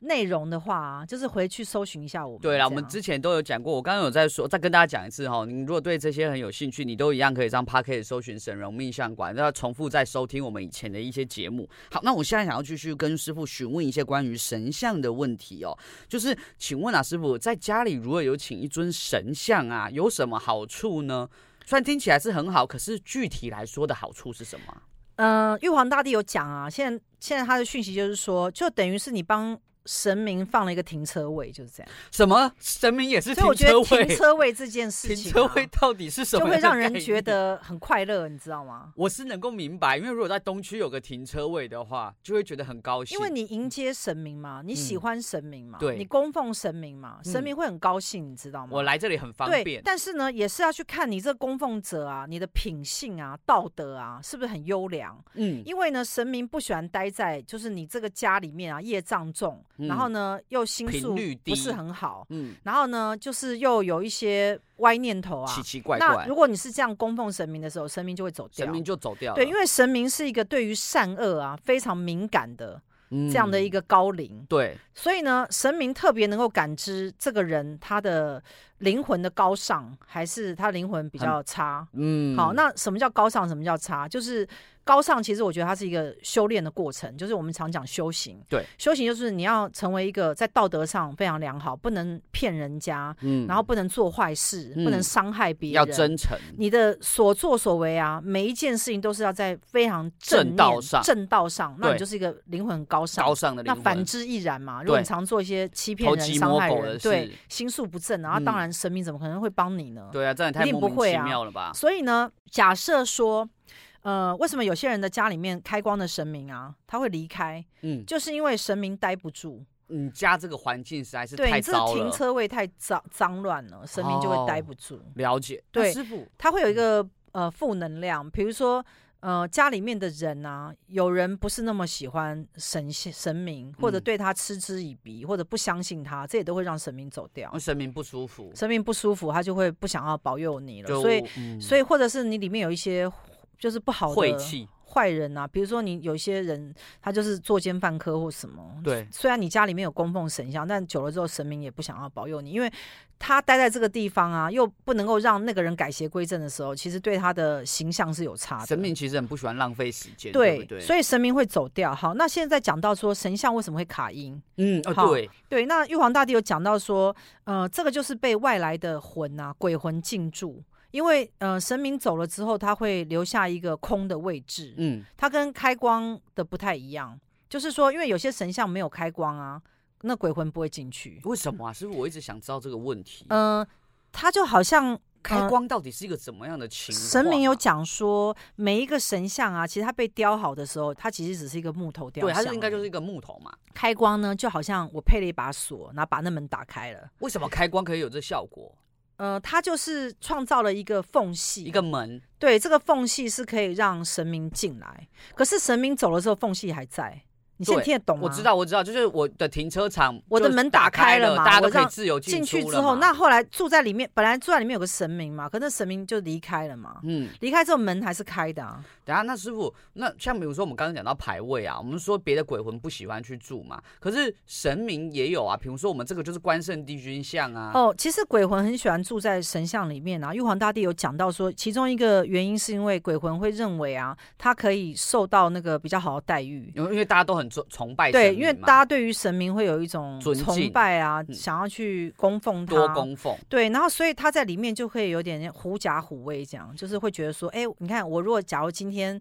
Speaker 1: 内容的话啊，就是回去搜寻一下我们。了，
Speaker 2: 对啦，我们之前都有讲过，我刚刚有在说，再跟大家讲一次哈、你如果对这些很有兴趣，你都一样可以上 p a r k 搜寻神容命相馆，然后重复再收听我们以前的一些节目。好，那我现在想要继续跟师傅询问一些关于神像的问题哦，就是请问啊，师傅在家里如果有请一尊神像啊，有什么好处呢？虽然听起来是很好，可是具体来说的好处是什么啊？
Speaker 1: 嗯、玉皇大帝有讲啊，现在现在他的讯息就是说，就等于是你帮神明放了一个停车位，就是 这样。
Speaker 2: 什么神明也是
Speaker 1: 所以我
Speaker 2: 停
Speaker 1: 觉得
Speaker 2: 车
Speaker 1: 停
Speaker 2: 位？
Speaker 1: 车位这件事
Speaker 2: 停
Speaker 1: 情、啊，
Speaker 2: 车位到底是什
Speaker 1: 就
Speaker 2: 么
Speaker 1: 会
Speaker 2: 样的概念？
Speaker 1: 让人觉得很快乐，你知道吗？
Speaker 2: 我是能够明白，因为如果在东区有个停车位的话，就会觉得很高兴。
Speaker 1: 因为你迎接神明嘛，你喜
Speaker 2: 嗯
Speaker 1: 欢神明嘛，
Speaker 2: 对嗯
Speaker 1: 你供奉神明嘛，神明会很高兴，你知道吗？
Speaker 2: 我来这里很方
Speaker 1: 对
Speaker 2: 便，。
Speaker 1: 但是呢，也是要去看你这个供奉者啊，你的品性啊、道德啊，是不是很优良？
Speaker 2: 嗯，
Speaker 1: 因为呢，神明不喜欢待在就是你这个家里面啊，业障重，
Speaker 2: 嗯
Speaker 1: 然后呢又心
Speaker 2: 频
Speaker 1: 术
Speaker 2: 率
Speaker 1: 不是
Speaker 2: 低
Speaker 1: 很好，
Speaker 2: 嗯，
Speaker 1: 然后呢就是又有一些歪念头啊
Speaker 2: 奇。奇怪
Speaker 1: 那
Speaker 2: 怪
Speaker 1: 如，果你是这样供奉神明的时候，神明就会走掉。
Speaker 2: 神明就走掉了。
Speaker 1: 对，因
Speaker 2: 为
Speaker 1: 为神明是一个对于善恶啊非常敏感的这样的一
Speaker 2: 个、
Speaker 1: 个高龄，
Speaker 2: 嗯对，
Speaker 1: 所以呢，神明特别能够感知这个人他的灵魂的高尚，还是他灵魂比较差。
Speaker 2: 嗯，
Speaker 1: 好，那什么叫高尚？什么叫差？就是高尚，其实我觉得它是一个修炼的过程，就是我们常讲修行。
Speaker 2: 对，
Speaker 1: 修行就是你要成为一个在道德上非常良好，不能骗人家，
Speaker 2: 嗯
Speaker 1: 然后不能做坏事，
Speaker 2: 嗯
Speaker 1: 不能伤害别人，
Speaker 2: 要真诚，
Speaker 1: 你的所作所为啊，每一件事情都是要在非常正
Speaker 2: 正道
Speaker 1: 念
Speaker 2: 上
Speaker 1: 正道上，那
Speaker 2: 对
Speaker 1: 你就是一个灵魂很高尚。
Speaker 2: 高尚的灵
Speaker 1: 那
Speaker 2: 魂。
Speaker 1: 反之亦然嘛。如果你
Speaker 2: 对
Speaker 1: 常做一些欺骗
Speaker 2: 偷
Speaker 1: 人、
Speaker 2: 鸡
Speaker 1: 伤
Speaker 2: 摸
Speaker 1: 害
Speaker 2: 狗
Speaker 1: 人，
Speaker 2: 的
Speaker 1: 对
Speaker 2: 事，
Speaker 1: 心术不正啊，那当
Speaker 2: 嗯
Speaker 1: 然神明怎么可能会帮你呢？
Speaker 2: 对啊，这样也太
Speaker 1: 一定
Speaker 2: 莫
Speaker 1: 不
Speaker 2: 名
Speaker 1: 会
Speaker 2: 其
Speaker 1: 啊
Speaker 2: 妙了吧？
Speaker 1: 所以呢，假设说，呃，为什么有些人的家里面开光的神明啊，他会离开，
Speaker 2: 嗯，
Speaker 1: 就是因为神明待不住，
Speaker 2: 你家这个环境实在是
Speaker 1: 对
Speaker 2: 太
Speaker 1: 你这个
Speaker 2: 糟
Speaker 1: 停
Speaker 2: 了。
Speaker 1: 车位太脏脏乱了，神明就会待
Speaker 2: 哦
Speaker 1: 不住。
Speaker 2: 了解，那
Speaker 1: 对
Speaker 2: 师傅，
Speaker 1: 它会有一个呃负能量，比如说呃家里面的人啊，有人不是那么喜欢神仙神明，或者
Speaker 2: 嗯
Speaker 1: 对他嗤之以鼻，或者不相信他，这也都会让神明走掉
Speaker 2: 我。神明不舒服，
Speaker 1: 神明不舒服，他就会不想要保佑你了。
Speaker 2: 就
Speaker 1: 所以，
Speaker 2: 嗯
Speaker 1: 所以或者是你里面有一些就是不好
Speaker 2: 晦
Speaker 1: 的
Speaker 2: 气，
Speaker 1: 坏人啊，比如说你有一些人他就是作奸犯科或什么，
Speaker 2: 对，
Speaker 1: 虽然你家里面有供奉神像，但久了之后神明也不想要保佑你，因为他待在这个地方啊，又不能够让那个人改邪归正的时候，其实对他的形象是有差的。
Speaker 2: 神明其实很不喜欢浪费时间，对
Speaker 1: 对
Speaker 2: 不对？
Speaker 1: 所以神明会走掉。好，那现在讲到说神像为什么会卡音？
Speaker 2: 嗯，
Speaker 1: 好
Speaker 2: 哦，对，
Speaker 1: 对，那玉皇大帝有讲到说，呃，这个就是被外来的魂啊、鬼魂进驻，因为呃神明走了之后，他会留下一个空的位置。
Speaker 2: 嗯，
Speaker 1: 它跟开光的不太一样，就是说，因为有些神像没有开光啊，那鬼魂不会进去。
Speaker 2: 为什么啊？师傅，我一直想知道这个问题。
Speaker 1: 嗯、他就好像
Speaker 2: 开光到底是一个怎么样的情况啊？
Speaker 1: 呃神明有讲说，每一个神像啊，其实它被雕好的时候，它其实只是一个木头雕
Speaker 2: 对，
Speaker 1: 像而已。
Speaker 2: 它是应该就是一个木头嘛。
Speaker 1: 开光呢，就好像我配了一把锁，然后把那门打开了。
Speaker 2: 为什么开光可以有这效果？
Speaker 1: 呃，它就是创造了一个缝隙，
Speaker 2: 一个门
Speaker 1: 对这个缝隙是可以让神明进来，可是神明走了之后，缝隙还在。你现在
Speaker 2: 对
Speaker 1: 听得懂吗？啊
Speaker 2: 我知。道，我知道，就是我的停车场，
Speaker 1: 我的
Speaker 2: 就是
Speaker 1: 门打
Speaker 2: 打
Speaker 1: 开了
Speaker 2: 了
Speaker 1: 嘛
Speaker 2: 大家都
Speaker 1: 我
Speaker 2: 可以
Speaker 1: 让
Speaker 2: 自由进
Speaker 1: 进去
Speaker 2: 出
Speaker 1: 之
Speaker 2: 了
Speaker 1: 后，
Speaker 2: 嘛
Speaker 1: 那后来住在里面，本来住在里面有个神明嘛，可那神明就离开了嘛。
Speaker 2: 嗯，
Speaker 1: 离开之后门还是开的啊，
Speaker 2: 等一下那师傅，那像比如说我们刚刚讲到牌位啊，我们说别的鬼魂不喜欢去住嘛，可是神明也有啊，比如说我们这个就是关圣帝君像啊，
Speaker 1: 哦，其实鬼魂很喜欢住在神像里面啊。玉皇大帝有讲到说，其中一个原因是因为鬼魂会认为啊，他可以受到那个比较好的待遇。
Speaker 2: 因为因为大家都很崇崇拜
Speaker 1: 对，
Speaker 2: 神
Speaker 1: 因为
Speaker 2: 明嘛
Speaker 1: 大家对于神明会有一种
Speaker 2: 尊
Speaker 1: 崇
Speaker 2: 敬
Speaker 1: 拜啊，
Speaker 2: 嗯
Speaker 1: 想要去供奉他。
Speaker 2: 多供奉，
Speaker 1: 对，然后所以他在里面就会有点狐假虎威，这样就是会觉得说，哎，你看我如果假如今天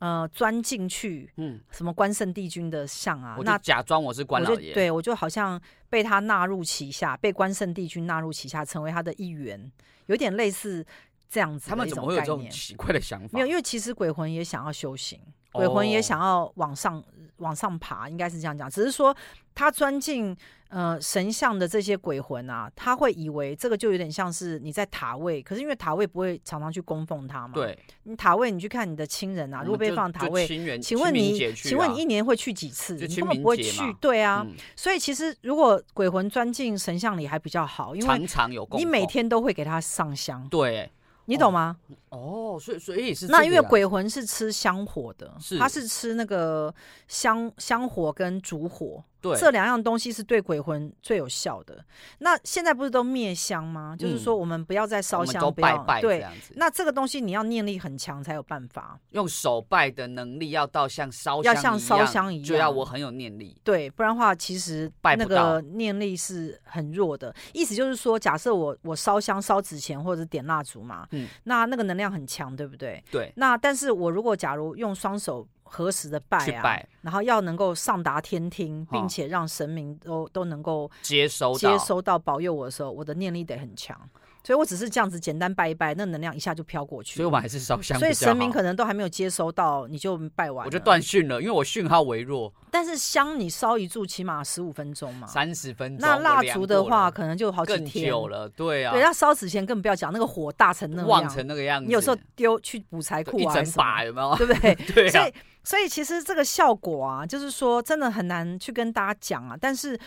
Speaker 1: 呃钻进去
Speaker 2: 嗯，
Speaker 1: 什么关圣帝君的像啊，
Speaker 2: 我就
Speaker 1: 那
Speaker 2: 假装我是关
Speaker 1: 我
Speaker 2: 老
Speaker 1: 就
Speaker 2: 爷，
Speaker 1: 对我就好像被他纳入旗下，被关圣帝君纳入旗下，成为他的一员，有点类似这样子
Speaker 2: 他
Speaker 1: 的
Speaker 2: 们
Speaker 1: 一
Speaker 2: 怎么
Speaker 1: 种
Speaker 2: 会有
Speaker 1: 概
Speaker 2: 这种
Speaker 1: 念。
Speaker 2: 奇怪的想法？
Speaker 1: 没有，因为其实鬼魂也想要修行，鬼魂也
Speaker 2: 哦
Speaker 1: 想要往上、往上爬，应该是这样讲。只是说他钻进呃神像的这些鬼魂啊，他会以为这个就有点像是你在塔位，可是因为塔位不会常常去供奉他嘛。，
Speaker 2: 对，
Speaker 1: 你塔位你去看你的亲人啊，
Speaker 2: 我
Speaker 1: 如果
Speaker 2: 们
Speaker 1: 被
Speaker 2: 就
Speaker 1: 放塔
Speaker 2: 就
Speaker 1: 位。
Speaker 2: 清源
Speaker 1: 请问
Speaker 2: 清明
Speaker 1: 你，
Speaker 2: 节去
Speaker 1: 请问
Speaker 2: 啊
Speaker 1: 你一年会去几次？
Speaker 2: 就
Speaker 1: 你
Speaker 2: 清
Speaker 1: 根本
Speaker 2: 明
Speaker 1: 不会
Speaker 2: 节
Speaker 1: 去
Speaker 2: 嘛，
Speaker 1: 对啊。
Speaker 2: 嗯
Speaker 1: 所以其实如果鬼魂钻进神像里还比较好，因为
Speaker 2: 常常有供
Speaker 1: 你每
Speaker 2: 奉
Speaker 1: 天都会给他上香，
Speaker 2: 对
Speaker 1: 你
Speaker 2: 哦
Speaker 1: 懂吗？
Speaker 2: 哦，所以所以是
Speaker 1: 那
Speaker 2: 这
Speaker 1: 因
Speaker 2: 个
Speaker 1: 为
Speaker 2: 样
Speaker 1: 鬼魂是吃香火的，
Speaker 2: 是
Speaker 1: 它是吃那个香香火跟烛火
Speaker 2: 对
Speaker 1: 这两样东西是对鬼魂最有效的。那现在不是都灭香吗？就是说我们不要再烧
Speaker 2: 嗯我们
Speaker 1: 香，
Speaker 2: 都
Speaker 1: 不要
Speaker 2: 拜拜这
Speaker 1: 对。
Speaker 2: 样子，
Speaker 1: 那这个东西你要念力很强才有办法，
Speaker 2: 用手拜的能力要到像烧
Speaker 1: 要像
Speaker 2: 香一
Speaker 1: 烧
Speaker 2: 样
Speaker 1: 香一
Speaker 2: 就要
Speaker 1: 样
Speaker 2: 我很有念力。
Speaker 1: 对，不然的话其实
Speaker 2: 拜
Speaker 1: 那
Speaker 2: 不到
Speaker 1: 个念力是很弱的。意思就是说，假设我我烧香烧纸钱或者是点蜡烛嘛，
Speaker 2: 嗯
Speaker 1: 那那个能量很强，对不对？
Speaker 2: 对，
Speaker 1: 那但是我如果假如用双手合十的拜
Speaker 2: 去
Speaker 1: 啊，
Speaker 2: 拜
Speaker 1: 然后要能够上达天听，并
Speaker 2: 哦
Speaker 1: 且让神明都都能够
Speaker 2: 接收
Speaker 1: 接
Speaker 2: 到
Speaker 1: 收到保佑我的时候，我的念力得很强。所以我只是这样子简单拜一拜，那能量一下就飘过去。
Speaker 2: 所以我们还是烧香比较
Speaker 1: 所
Speaker 2: 好。
Speaker 1: 以神明可能都还没有接收到，你就拜完。
Speaker 2: 我就。断讯了，因为我讯号微弱，
Speaker 1: 但是香你烧一炷起码十五分钟嘛，
Speaker 2: 三十分钟。
Speaker 1: 啊那
Speaker 2: 我
Speaker 1: 蜡
Speaker 2: 量
Speaker 1: 烛
Speaker 2: 过
Speaker 1: 的
Speaker 2: 了
Speaker 1: 话可能就好几
Speaker 2: 更
Speaker 1: 天。
Speaker 2: 久了，对啊，
Speaker 1: 对，那烧纸钱更不要讲，那个火大成那个
Speaker 2: 旺
Speaker 1: 样，
Speaker 2: 成那个样子，
Speaker 1: 你有时候丢去补财
Speaker 2: 对
Speaker 1: 库
Speaker 2: 一
Speaker 1: 啊，
Speaker 2: 整把有没有？
Speaker 1: 对不 对？
Speaker 2: 对
Speaker 1: 所
Speaker 2: 啊
Speaker 1: 以，所以其实这个效果啊，就是说真的很难去跟大家讲啊，但是。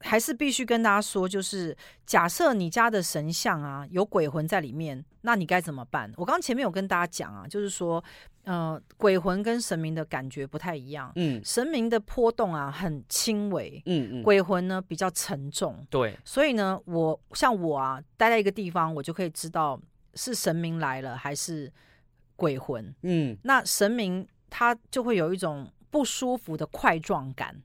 Speaker 1: 还是必须跟大家说，就是假设你家的神像啊有鬼魂在里面，那你该怎么办？我刚前面有跟大家讲啊，就是说，呃，鬼魂跟神明的感觉不太一样，
Speaker 2: 嗯
Speaker 1: 神明的波动啊很轻微，
Speaker 2: 嗯嗯，
Speaker 1: 鬼魂呢比较沉重。
Speaker 2: 对，
Speaker 1: 所以呢，我像我啊，待在一个地方，我就可以知道是神明来了还是鬼魂。
Speaker 2: 嗯，
Speaker 1: 那神明他就会有一种不舒服的块状感，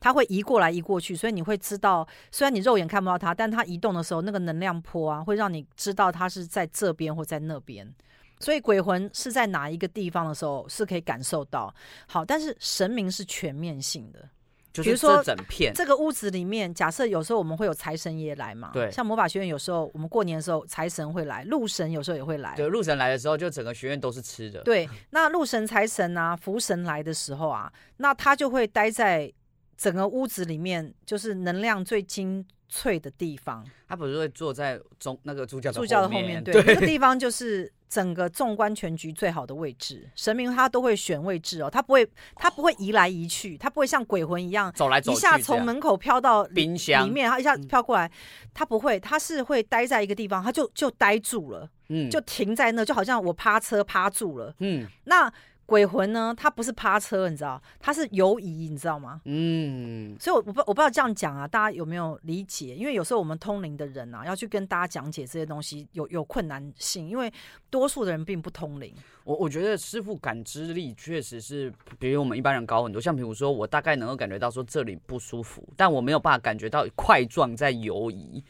Speaker 1: 他会移过来移过去，所以你会知道，虽然你肉眼看不到它，但它移动的时候，那个能量波啊，会让你知道它是在这边或在那边。所以鬼魂是在哪一个地方的时候是可以感受到。好，但是神明是全面性的。
Speaker 2: 就
Speaker 1: 比
Speaker 2: 是
Speaker 1: 如说
Speaker 2: 这整片，
Speaker 1: 这个屋子里面，假设有时候我们会有财神爷来嘛，
Speaker 2: 对
Speaker 1: 像魔法学院有时候我们过年的时候财神会来，路神有时候也会来，
Speaker 2: 对，路神来的时候，就整个学院都是吃的，
Speaker 1: 对，那路神、财神啊、福神来的时候啊，那他就会待在整个屋子里面，就是能量最精粹的地方。
Speaker 2: 他不是会坐在中那个助教
Speaker 1: 助教的
Speaker 2: 后
Speaker 1: 后面，对，
Speaker 2: 对，
Speaker 1: 这个地方就是整个纵观全局最好的位置。神明他都会选位置哦，他不会，他不会移来移去，他不会像鬼魂一样
Speaker 2: 走来走
Speaker 1: 一
Speaker 2: 去这
Speaker 1: 下
Speaker 2: 样，
Speaker 1: 从门口飘到里
Speaker 2: 冰箱嗯
Speaker 1: 里面，他一下飘过来，他不会，他是会待在一个地方，他就就待住了，
Speaker 2: 嗯
Speaker 1: 就停在那，就好像我趴车趴住了。
Speaker 2: 嗯
Speaker 1: 那鬼魂呢？他不是趴车，你知道，他是游移，你知道吗？
Speaker 2: 嗯，
Speaker 1: 所以我我不我不知道这样讲啊，大家有没有理解？因为有时候我们通灵的人啊，要去跟大家讲解这些东西，有有困难性，因为多数的人并不通灵。
Speaker 2: 我我觉得师傅感知力确实是比我们一般人高很多。像比如说，我大概能够感觉到说这里不舒服，但我没有办法感觉到块状在游移。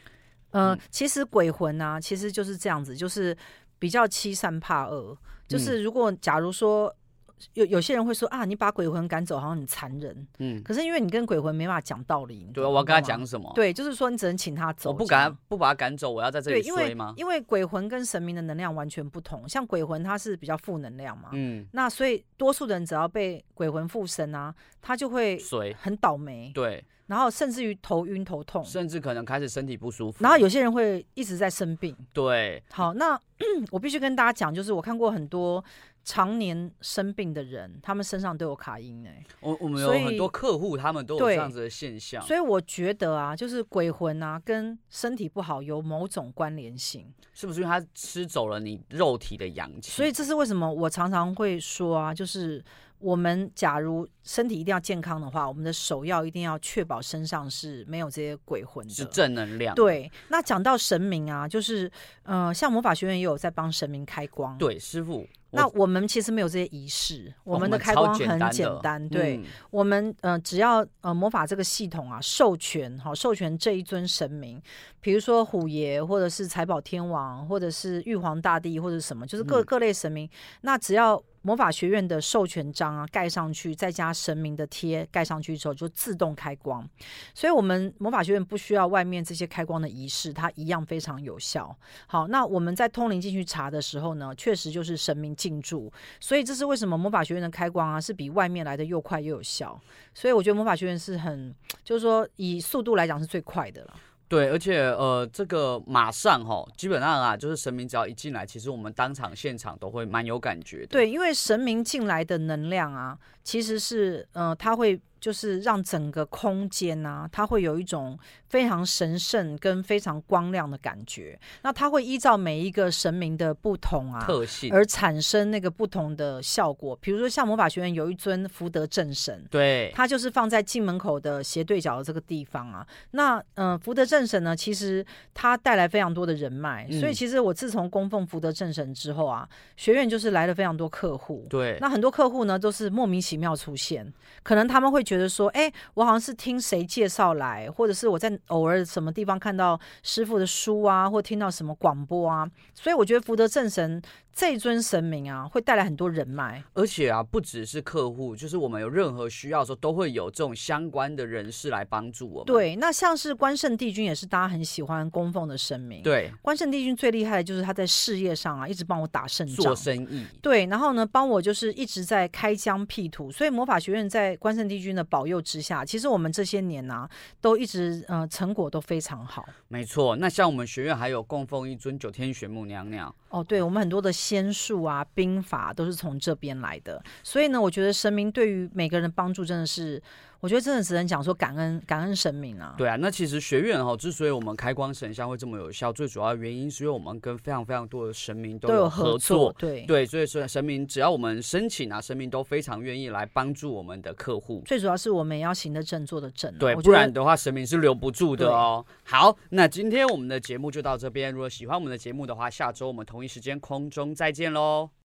Speaker 1: 嗯，其实鬼魂啊，其
Speaker 2: 嗯
Speaker 1: 实就是这样子，就是比较欺善怕恶。就是如果假如说有有些人会说啊，你把鬼魂赶走好像很残忍，
Speaker 2: 嗯，
Speaker 1: 可是因为你跟鬼魂没办法讲道理，你
Speaker 2: 对啊，我要跟他，
Speaker 1: 你
Speaker 2: 讲什么？
Speaker 1: 懂吗，对，就是说你只能请他走，
Speaker 2: 我不
Speaker 1: 这样
Speaker 2: 敢啊不把他赶走，我要在这
Speaker 1: 对，
Speaker 2: 里
Speaker 1: 因为
Speaker 2: 追吗？
Speaker 1: 因为鬼魂跟神明的能量完全不同，像鬼魂它是比较负能量嘛，
Speaker 2: 嗯，
Speaker 1: 那所以多数人只要被鬼魂附身啊，他就会
Speaker 2: 随
Speaker 1: 很倒霉，
Speaker 2: 对，
Speaker 1: 然后甚至于头晕头痛，
Speaker 2: 甚至可能开始身体不舒服。
Speaker 1: 哦然后有些人会一直在生病。
Speaker 2: 对，
Speaker 1: 好，那 我必须跟大家讲，就是我看过很多常年生病的人，他们身上都有卡因哎、
Speaker 2: 我我们有
Speaker 1: 所以
Speaker 2: 很多客户，他们都有
Speaker 1: 对
Speaker 2: 这样子的现象。
Speaker 1: 所以我觉得啊，就是鬼魂啊跟身体不好有某种关联性，
Speaker 2: 是不是因为他吃走了你肉体的阳气？
Speaker 1: 所以这是为什么我常常会说啊，就是我们假如身体一定要健康的话，我们的首要一定要确保身上是没有这些鬼魂的，
Speaker 2: 是正能量。
Speaker 1: 对，那讲到神明啊，就是呃，像魔法学院也有在帮神明开光。，
Speaker 2: 对，师傅，
Speaker 1: 那
Speaker 2: 我哦
Speaker 1: 我们其实没有这些仪式，我
Speaker 2: 我
Speaker 1: 们的开
Speaker 2: 超
Speaker 1: 光
Speaker 2: 简
Speaker 1: 很
Speaker 2: 单
Speaker 1: 简
Speaker 2: 的
Speaker 1: 单。对，
Speaker 2: 嗯
Speaker 1: 我们呃，只要呃魔法这个系统啊授权，好、授权这一尊神明，比如说虎爷，或者是财宝天王，或者是玉皇大帝，或者什么，就是各
Speaker 2: 嗯
Speaker 1: 各类神明。那只要魔法学院的授权章啊盖上去，再加神明的贴盖上去之后，就自动开光。所以，我们魔法学院不需要外面这些开光的仪式，它一样非常有效。好，那我们在通灵进去查的时候呢，确实就是神明进驻，所以这是为什么魔法学院的开光啊是比外面来的又快又有效。所以我觉得魔法学院是很，就是说以速度来讲是最快的了。
Speaker 2: 对，而且呃，这个马上哈，基本上啊，就是神明只要一进来，其实我们当场现场都会蛮有感觉的。，
Speaker 1: 对，因为神明进来的能量啊，其实是呃，它会就是让整个空间啊，它会有一种非常神圣跟非常光亮的感觉。那它会依照每一个神明的不同啊。
Speaker 2: 特性，
Speaker 1: 而产生那个不同的效果，比如说像魔法学院有一尊福德正神，
Speaker 2: 对，
Speaker 1: 它就是放在进门口的斜对角的这个地方啊。那嗯、呃福德正神呢，其实它带来非常多的人脉，
Speaker 2: 嗯
Speaker 1: 所以其实我自从供奉福德正神之后啊，学院就是来了非常多客户。
Speaker 2: 对，
Speaker 1: 那很多客户呢，都是莫名其妙出现，可能他们会觉得说，哎、我好像是听谁介绍来，或者是我在偶尔什么地方看到师傅的书啊，或听到什么广播啊，所以我觉得福德正神这尊神明啊，会带来很多人脉。
Speaker 2: 而且啊，不只是客户，就是我们有任何需要的时候，都会有这种相关的人士来帮助我们。
Speaker 1: 对，那像是关圣帝君也是大家很喜欢供奉的神明。，
Speaker 2: 对，
Speaker 1: 关圣帝君最厉害的就是他在事业上啊，一直帮我打胜
Speaker 2: 做
Speaker 1: 仗。
Speaker 2: 生意，
Speaker 1: 对，然后呢，帮我就是一直在开疆辟土，所以魔法学院在关圣帝君的保佑之下，其实我们这些年呢、都一直呃成果都非常好。
Speaker 2: 没错。那像我们学院还有供奉一尊九天玄母娘娘，
Speaker 1: 哦，对，我们很多的仙术啊、兵法都是从这边来的，所以呢，我觉得神明对于每个人的帮助真的是，我觉得真的只能讲说感恩，感恩神明啊。
Speaker 2: 对啊，那其实学院哈、之所以我们开光神像会这么有效，最主要的原因是因为我们跟非常非常多的神明都
Speaker 1: 都有
Speaker 2: 合
Speaker 1: 合
Speaker 2: 作。
Speaker 1: 对，
Speaker 2: 对，所以说神明只要我们申请啊，神明都非常愿意来帮助我们的客户。
Speaker 1: 最主要是我们也要行得正，坐得正啊、
Speaker 2: 对，
Speaker 1: 嗯我
Speaker 2: 不
Speaker 1: 觉得
Speaker 2: 然的话，神明是留不住的
Speaker 1: 对
Speaker 2: 哦。好，那今天我们的节目就到这边。如果喜欢我们的节目的话，下周我们同一时间空中再见喽。